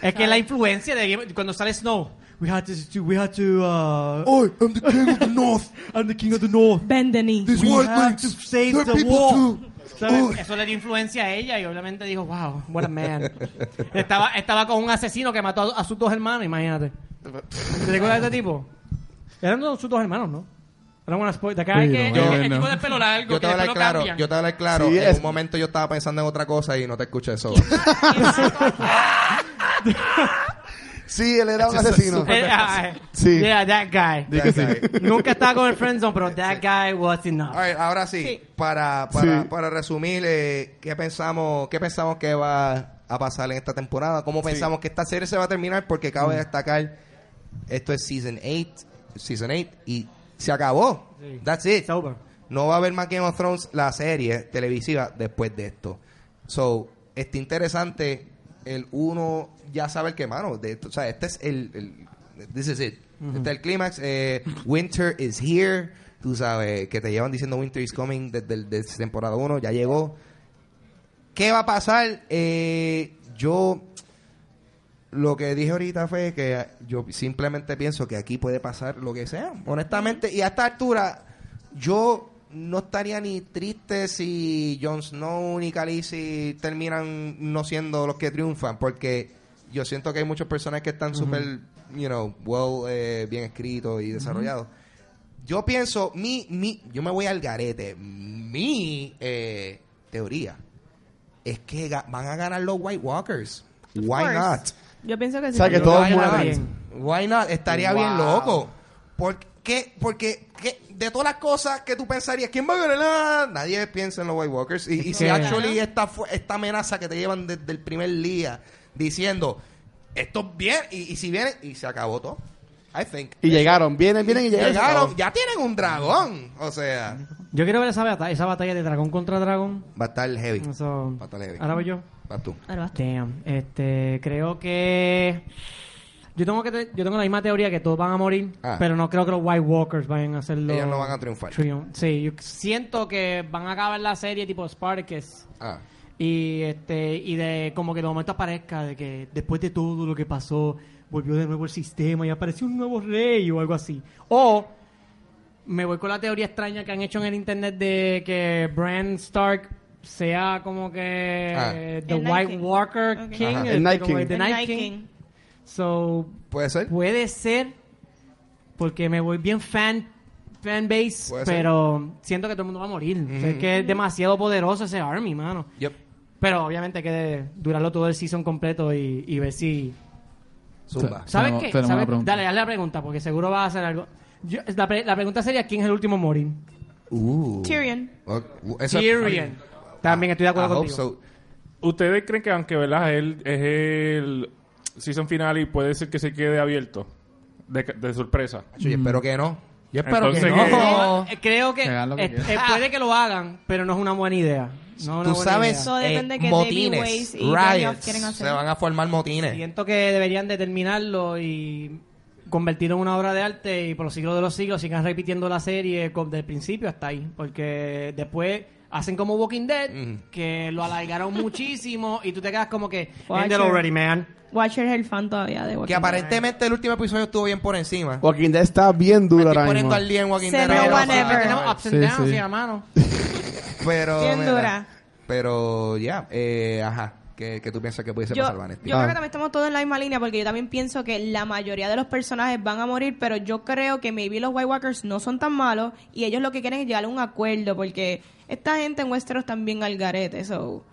Es que la influencia de Game- cuando sale Snow, we had to, to- we had to, uh,
Hoy, I'm the king of the north.
I'm the king of the north.
Bend the knee.
This
We
world
have
needs
to save
their
the world.
people too.
¿Sabes?
Oh.
Eso le dio influencia a ella y obviamente dijo, wow, what a
<laughs>
man. estaba, estaba con un asesino que mató a, a sus dos hermanos, imagínate. ¿Te recuerdas de este tipo? Eran dos- sus dos hermanos, ¿no? Eran una spoiler. Acá hay
Sí,
que,
no,
el-
no,
el,
no.
tipo del pelo largo,
Yo te
que
voy a
después
hablar
lo
claro.
cambian.
Yo te voy a hablar claro.
Sí,
en
es-
un momento yo
<laughs>
estaba pensando en otra cosa y no te escuché eso.
Sí, él era un
Eso es
asesino.
<laughs>
súper-
Eh,
<laughs>
ah, eh.
Sí.
Yeah, that guy.
Di que sí.
That guy.
Nunca estaba con el friendzone, pero that guy was enough.
All right, ahora sí,
Sí.
Para, para,
Sí.
para resumir, eh, ¿qué, pensamos, ¿qué pensamos que va a pasar en esta temporada? ¿Cómo pensamos que esta serie se va a terminar? Porque cabe destacar, esto es Season 8, season 8 y se acabó.
Sí.
That's it.
It's over.
No va a haber más Game of Thrones, la serie televisiva, después de esto. So, está interesante el uno ya sabe el que, mano, de esto- o sea, este es el, el- this is it. Este es el clímax. eh, winter is here. Tú sabes que te llevan diciendo Winter is coming desde, el- desde temporada 1, ya llegó. ¿Qué va a pasar? Eh, yo lo que dije ahorita fue que yo simplemente pienso que aquí puede pasar lo que sea, honestamente. Y a esta altura, yo no estaría ni triste si Jon Snow ni Khaleesi terminan no siendo los que triunfan, porque yo siento que hay muchos personajes que están súper, you know, well, eh, bien escritos y desarrollados. Yo pienso, mi, mi, yo me voy al garete. Mi eh, teoría es que ga- van a ganar los White Walkers.
Of
Why
course.
not?
Yo pienso que
O
sí.
sea, que
Yo creo
todo es
que
una
gana
vez.
bien.
Why not? Estaría bien
Wow.
loco. ¿Por qué? Porque ¿qué? de todas las cosas que tú pensarías, ¿quién va a ganar? Ah, Nadie piensa en los White Walkers. Y, y si
que-
actually esta, fu- esta amenaza que te llevan desde el primer día diciendo, esto bien, y, y si vienen, y se acabó todo. I think.
Y llegaron, vienen, vienen y llegaron.
Llegaron, ya tienen un dragón. O sea,
Yo quiero ver esa batalla, esa batalla de dragón contra dragón.
va a estar heavy.
Eso-
Va a estar heavy.
ahora voy yo.
Vas tú.
Ahora vas tú.
Damn. Este, creo que yo tengo que te- yo tengo la misma teoría que todos van a morir,
Ah.
pero no creo que los White Walkers vayan a hacerlo.
Ellos no van a triunfar.
Triun- sí, yo siento que van a acabar la serie tipo Spartacus
Ah.
y este y de como que de momento aparezca de que después de todo lo que pasó volvió de nuevo el sistema y apareció un nuevo rey o algo así o me voy con la teoría extraña que han hecho en el internet de que Bran Stark sea como que
Ah.
eh, The
El Night
White
King.
Walker
Ok.
King
Ajá.
El
este,
Night
como
King.
The
El
Night King. so
¿Puede ser?
puede ser porque me voy bien fan fanbase
Puede ser.
pero siento que todo el mundo va a morir O sea, es que es demasiado poderoso ese army mano
Yep.
pero obviamente hay que durarlo todo el season completo y, y ver si.
Zumba.
Sí.
¿Sabes
Tenemos-
qué?
tenemos
¿Sabes?
una pregunta.
Dale, haz la pregunta, porque seguro va a hacer algo. Yo- la, pre- la pregunta sería: ¿quién es el último a morir?
Uh.
Tyrion.
Ok, eso-
Tyrion. También estoy de acuerdo
I hope
contigo.
so.
¿Ustedes creen que aunque verdad él es el season final y puede ser que se quede abierto de, de sorpresa?
Yo espero que no. Yo Mm. espero que
Entonces,
no.
¿qué?
Creo- eh, Creo que,
Que hagan lo que
eh,
quieran.
eh, puede que lo hagan, pero no es una buena idea. No es una
Tú
buena
sabes,
idea.
Eso depende
eh,
que Daily
motines,
Waze y Benioff
riots,
quieren hacer.
se van a formar motines.
Siento que deberían de terminarlo y convertirlo en una obra de arte y por los siglos de los siglos sigan repitiendo la serie co- del principio hasta ahí. Porque después hacen como Walking Dead,
Mm.
que lo alargaron muchísimo y tú te quedas como que...
Watcher.
"End it already, man.
Watcher es el fan todavía de
Que
Walking Dead.
aparentemente el último episodio estuvo bien por encima.
Joaquín Dead está bien
Me
duro
estoy
ahora
poniendo
mismo.
al día en Walking
Zero
Dead.
Pero
Pero
ahora,
whatever.
pero-
tenemos ups and
Sí,
downs,
sí.
y, <laughs> hermano.
Pero,
Bien
mira,
dura.
Pero, ya, eh, ajá. Que, que tú piensas que pudiese
Yo,
pasar,
Ah.
Vanetti.
yo creo que también estamos todos en la misma línea porque yo también pienso que la mayoría de los personajes van a morir, pero yo creo que maybe los White Walkers no son tan malos y ellos lo que quieren es llegar a un acuerdo porque esta gente en Westeros también al garete, so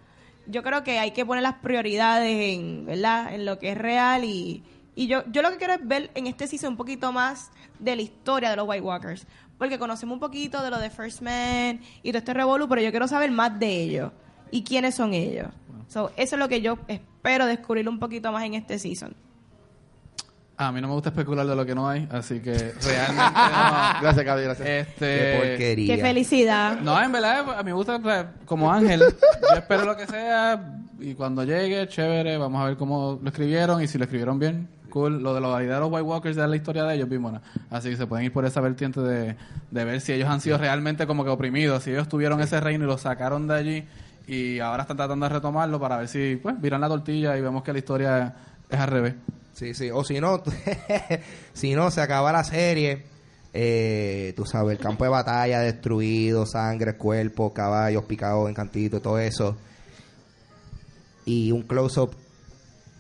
yo creo que hay que poner las prioridades en, ¿verdad? en lo que es real y, y yo, yo lo que quiero es ver en este season un poquito más de la historia de los White Walkers, porque conocemos un poquito de lo de First Man y todo este revolú, pero yo quiero saber más de ellos y quiénes son ellos. So, eso es lo que yo espero descubrir un poquito más en este season.
Ah, A mí no me gusta especular de lo que no hay, así
<laughs>
que realmente no.
Gracias, Gaby, gracias.
Eh, Qué
Este,
porquería.
Qué felicidad.
no, en verdad, a mí me gusta o sea, como Ángel. Yo espero lo que sea y cuando llegue, chévere, vamos a ver cómo lo escribieron y si lo escribieron bien. Cool. Lo de la validez de los White Walkers es la historia de ellos, bien buena. Así que se pueden ir por esa vertiente de, de ver si ellos han sido realmente como que oprimidos, si ellos tuvieron ese reino y lo sacaron de allí y ahora están tratando de retomarlo para ver si, pues, viran la tortilla y vemos que la historia es al revés.
Sí, sí. O si no, <laughs> si no, se acaba la serie. eh, tú sabes, el campo de batalla destruido, sangre, cuerpo, caballos picados en cantito, todo eso. Y un close-up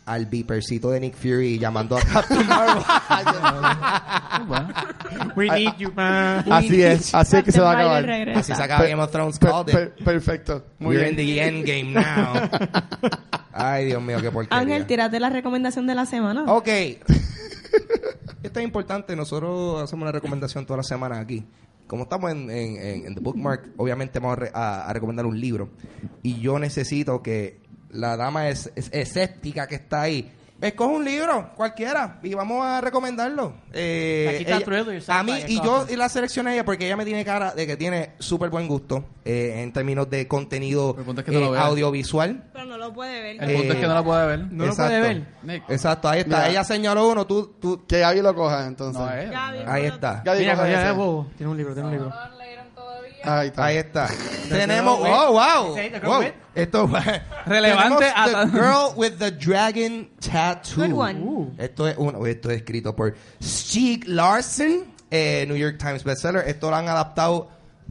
al vipercito de Nick Fury llamando
<laughs>
a Captain Marvel.
Pues Bueno.
We need you, man.
Así es, así es que se va a
Captain
acabar.
Marvel regresa.
Así se acaba Game of Thrones.
Per-
called it.
per- perfecto, muy
We're
<laughs> bien.
in the end game now. Ay, Dios mío, qué Oh. porquería.
Ángel, tírate la recomendación de la semana.
Ok. <laughs> Esto es importante. Nosotros hacemos una recomendación todas las semanas aquí. Como estamos en, en- en- en The Bookmark, obviamente vamos a, re- a- a recomendar un libro. Y yo necesito que la dama es, es- escéptica que está ahí. Escoge un libro, cualquiera, y vamos a recomendarlo. Eh,
Aquí está Thriller,
a mí,
sci-fi,
y yo
escoge.
y la seleccioné a ella porque ella me tiene cara de que tiene súper buen gusto eh, en términos de contenido
El punto es que no lo
eh,
veas.
audiovisual.
Pero no lo puede ver.
El punto es que no la puede ver.
No lo puede ver.
Nick.
Exacto, ahí está.
Mira.
Ella señaló uno, tú, tú,
Que Gaby lo coja, entonces.
No es.
Gaby,
Ahí
ponlo-
está.
Gaby,
Mira,
coja
mira,
ese.
mira, eh, bobo. Tiene un libro, tiene un libro.
Ahí está.
Ahí está. Tenemos. ¡Oh, wow!
Sí, ¿te acuerdas?
wow. Esto
Relevante
Tenemos
hasta-
The Girl with the Dragon Tattoo.
Good one. Uh.
Esto es uno. Esto es escrito por Stieg Larson, eh, New York Times bestseller. Esto lo han adaptado.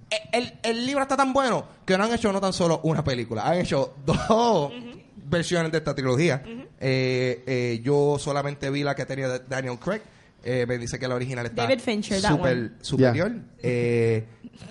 eh, El, el libro está tan bueno que no han hecho no tan solo una película, han hecho dos versiones de esta trilogía. Eh, eh, yo solamente vi la que tenía de Daniel Craig. Eh, me dice que la original está
David Fincher, that
super,
one.
superior. Eh,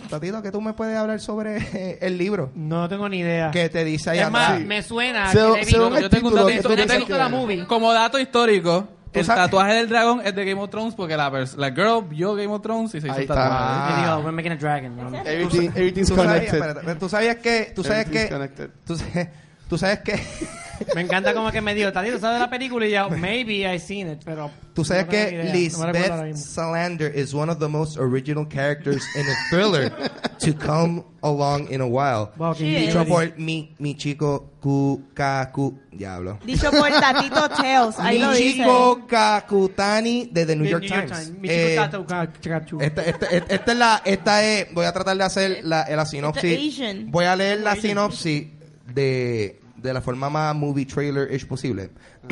Tatito, que tú me puedes hablar sobre eh, el libro
No tengo ni idea.
que te dice ahí
Es más,
atrás.
Sí.
me suena.
Se-
que le he
se-
visto.
Según el
Yo tengo un
título,
datito-
eso
yo
tiene
tengo-
sentido. La movie.
Como dato histórico,
Tú
el
sabes-
tatuaje del dragón es de Game of Thrones porque la, pers- la girl vio Game of Thrones y se hizo
Ahí
el
está.
tatuaje.
Yo digo, we're making a dragon. ¿no?
Everything, everything's
Tú sabías,
connected.
espérate, tú sabías que. Tú sabías
Everything's
que.
connected.
Tú sabes, tú sabes que. <laughs>
<laughs> Me encanta como que me dijo, Tadito, ¿sabes la película? Y yo, maybe I've seen it, pero...
Tú sabes
no tengo ni
que
idea. No me recuerdo ahora
Lisbeth
mismo.
Salander is one of the most original characters in a thriller to come along in a while.
Wow, qué
Sí,
increíble.
Dicho por mi, mi chico Kukaku. Diablo.
Dicho por Tatito Tales. Ahí lo dice.
Michiko Kakutani de The New
De
York
New York
Times.
Times. Mi chico
Eh,
Tato Ka- Chikachu.
Esta, esta- esta- Este, esta es la, esta es, voy a tratar de hacer la, la sinopsis.
Asian.
Voy a leer la sinopsis de, de la forma más movie trailer-ish posible. <clears throat>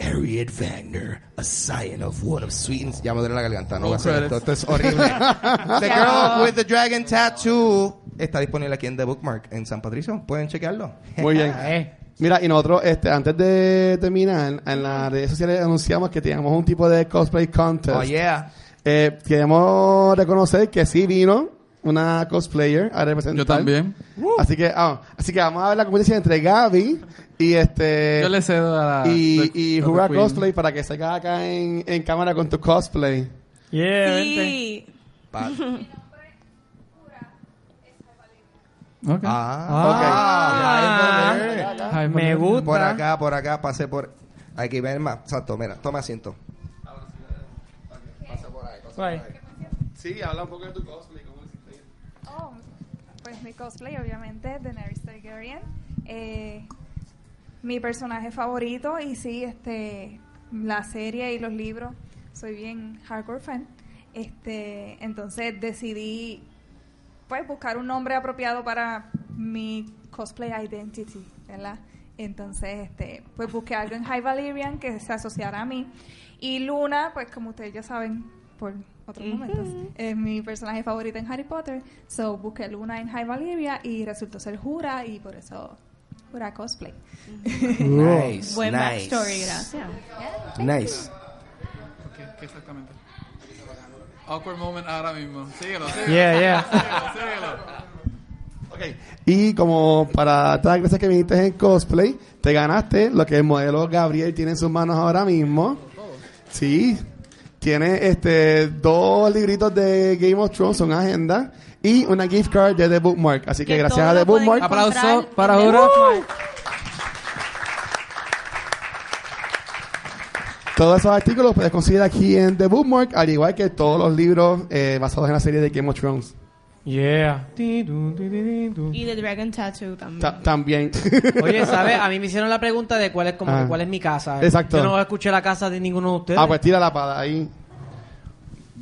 Harriet Wagner, a scion of one of Sweden's. Ya me duele la garganta, no voy a hacer esto, esto es
<laughs>
horrible. The Girl with the Dragon Tattoo está disponible aquí en The Bookmark en San Patricio. Pueden chequearlo.
Muy bien.
Eh.
Mira, y nosotros, este, antes de terminar, en las redes sociales anunciamos que teníamos un tipo de cosplay contest.
Oh yeah.
Eh, queremos reconocer que sí vino una cosplayer a representar.
Yo también.
Así que, ah, así que vamos a ver la competencia entre Gaby y este
Yo Ah, le cedo a la.
y,
the-
y
the
Jura
Queen.
Cosplay para que salga acá en, en cámara con tu cosplay.
Ah.
Yeah, vente.
Sí. <laughs>
Pa-
Ok.
Ah,
Ah, ok. Ya, eso es.
Ay,
Me
por-
gusta.
Por acá, por acá, pasé por. Aquí, ven más. Exacto, mira, toma asiento.
Bye.
Sí, habla un poco de tu cosplay.
Oh, pues mi cosplay, obviamente, de Daenerys Targaryen. Eh, mi personaje favorito, y sí, este, la serie y los libros, soy bien hardcore fan. Este, entonces decidí, pues, buscar un nombre apropiado para mi cosplay identity, ¿verdad? Entonces, este, pues busqué algo en High Valyrian que se asociara a mí. Y Luna, pues como ustedes ya saben, por otros momentos, es mi personaje favorito en Harry Potter. So busqué Luna en High Valyria y resultó ser Jura y por eso Jura Cosplay.
Nice.
Buen backstory, gracias.
Nice.
¿Qué, qué exactamente? Awkward moment ahora mismo. Síguelo, síguelo.
Yeah, yeah.
síguelo, síguelo.
Y como para todas las gracias que viniste en cosplay, te ganaste lo que el modelo Gabriel tiene en sus manos ahora mismo. Sí. Tiene este dos libritos de Game of Thrones, son agenda, y una gift card de The Bookmark. Así que,
Que
gracias
todo
a The
lo pueden
Bookmark.
encontrar
Aplauso
en
para
The
Jura.
Bookmark.
Todos esos artículos los puedes conseguir aquí en The Bookmark, al igual que todos los libros eh, basados en la serie de Game of Thrones.
Yeah. Ti, du, ti, ti, ti, du.
Y The Dragon Tattoo también. <laughs>
Ta- también. <laughs>
Oye, ¿sabes? A mí me hicieron la pregunta de cuál es como
Ah.
que cuál es mi casa.
Exacto.
Yo no escuché la casa de ninguno de ustedes.
ah, pues tira la pala ahí.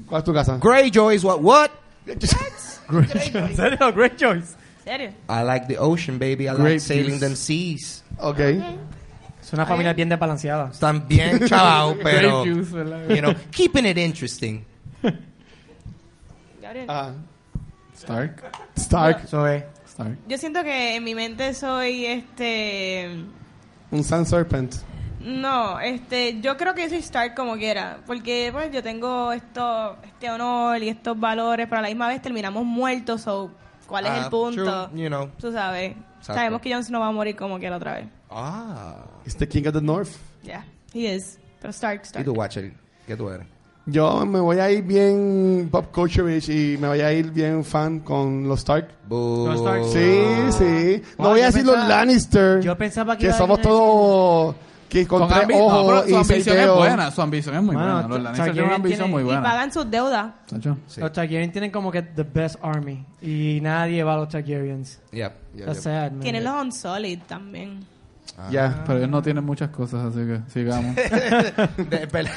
¿Cuál es tu casa?
Greyjoy is what? What?
<laughs> ¿En serio? Great choice.
¿En serio?
I like the ocean, baby. I like
Great
sailing
views.
them seas.
Ok.
Es una familia bien desbalanceada.
<laughs> También, chaval, pero.
Grape juice, ¿verdad?
You know, keeping it interesting.
Gabriel.
Ah,
Stark.
Stark.
Eso
eh,
es.
Stark.
Yo siento que en mi mente soy este.
Un Sand Serpent.
No, este, yo creo que yo soy Stark como quiera, porque pues yo tengo esto, este honor y estos valores, pero a la misma vez terminamos muertos, o ¿Cuál es
Ah,
el punto?
true, you know.
Tú sabes. Sabemos que Jon Snow va a morir como quiera otra vez.
Ah.
It's the King of the North.
Ya. He is. Pero Stark,
¿Y
Stark.
tú, Watcher? ¿Qué tú eres?
Yo me voy a ir bien pop culture y me voy a ir bien fan con los Stark.
Boo.
Los Stark.
Sí, sí. No
Wow,
voy
yo
a decir los
pensaba-
Lannister.
yo pensaba que
que
iba a
somos
decir-
todos que con, tres
ambi- no, pero
ojos
su
y seis
ambición es
dedos.
buena, su ambición es muy
Mano,
buena. Los Lannister
Targaryen
tienen una ambición
tiene-
muy
y
Y
buena.
pagan sus deudas.
Sancho.
Sí.
Los Targaryen tienen como que the best army. Y nadie va a los Targaryens.
Yep, yep,
That's
yep.
sad, man.
Tienen los Unsolid también.
Ah.
Ya.
Pero ellos no tienen muchas cosas, así que sigamos.
<laughs> De- pel-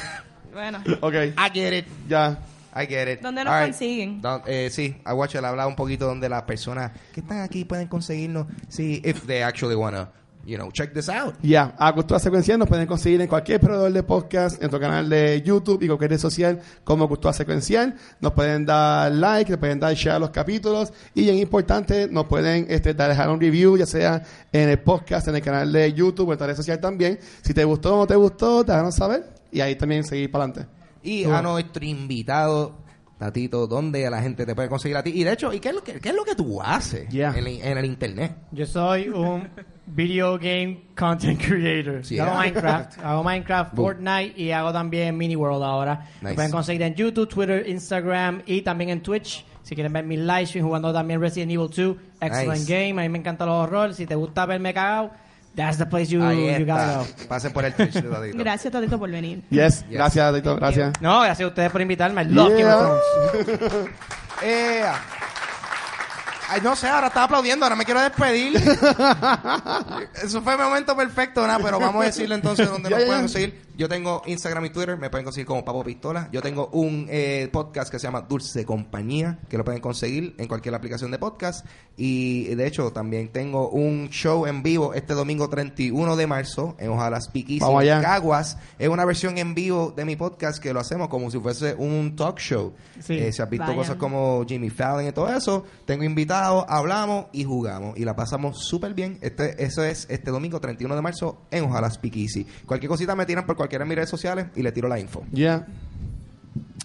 Bueno.
Ah.
Ok,
I get it.
ya.
I get it.
¿Dónde nos
All
consiguen?
Don- eh, sí, a Watcher hablaba un poquito donde las personas que están aquí pueden conseguirnos. Sí, if they actually wanna, you know, check this out.
Ya, a Cultura Secuencial nos pueden conseguir en cualquier proveedor de podcast, en nuestro canal de YouTube y cualquier red social como Cultura Secuencial. Nos pueden dar like, nos pueden dar share a los capítulos y, bien importante, nos pueden este, dar- dejar un review, ya sea en el podcast, en el canal de YouTube o en nuestra red social también. Si te gustó o no te gustó, déjanos saber y ahí también seguir para adelante.
Y
Tú.
a nuestro invitado, Tatito, ¿dónde la gente te puede conseguir a ti? Y de hecho, ¿y qué es lo que, qué es lo que tú haces
Yeah.
en, el- en el internet?
Yo soy un video game content creator.
Sí,
Yo hago
¿eh?
Minecraft, hago Minecraft,
Boom.
Fortnite y hago también Mini World ahora. Me
Nice.
pueden conseguir en YouTube, Twitter, Instagram y también en Twitch. Si quieren ver mis live streams jugando también Resident Evil 2, excellent
Nice.
game. A mí me encantan los horrores. Si te gusta verme cagado, that's the place you,
Ahí
you
está.
gotta go.
Pasen por el Twitch de Tatito.
Gracias, Todito, por venir.
Yes,
Yes.
gracias, Tito, gracias.
No, gracias a ustedes por invitarme. I love Game
Yeah.
of Thrones.
Eh, ay, no sé, ahora estaba aplaudiendo, ahora me quiero
<laughs>
despedir. Eso fue el momento perfecto, nada, pero vamos a decirle entonces dónde
Ya,
nos
ya.
pueden conseguir. Yo tengo Instagram y Twitter, me pueden conseguir como Papo Pistola. Yo tengo un eh, podcast que se llama Dulce Compañía, que lo pueden conseguir en cualquier aplicación de podcast. Y de hecho, también tengo un show en vivo este domingo 31 de marzo en Ojalá Piquísimo,
Vamos allá.
Caguas. Es una versión en vivo de mi podcast que lo hacemos como si fuese un talk show.
Sí.
Eh, si has visto
Vayan.
cosas como Jimmy Fallon y todo eso, tengo invitados, hablamos y jugamos. Y la pasamos súper bien. Este, eso es este domingo 31 de marzo en Ojalá Speak Easy. Cualquier cosita me tiran por cualquiera de mis redes sociales y le tiro la info.
Yeah.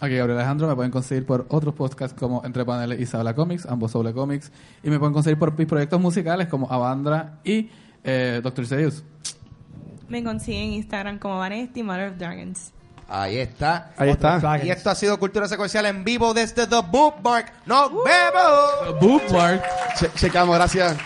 Aquí Gabriel Alejandro, me pueden conseguir por otros podcasts como Entre Paneles y Sabla Comics, ambos sobre cómics, y me pueden conseguir por mis proyectos musicales como Avandra y eh, Doctor Seuss.
Me consiguen en Instagram como Vanesti, Mother of Dragons.
Ahí está.
Ahí está.
Y esto ha sido Cultura Secuencial en vivo desde The Book Bark.
<laughs>
¡Nos vemos!
Bookmark.
Che- checamos, gracias.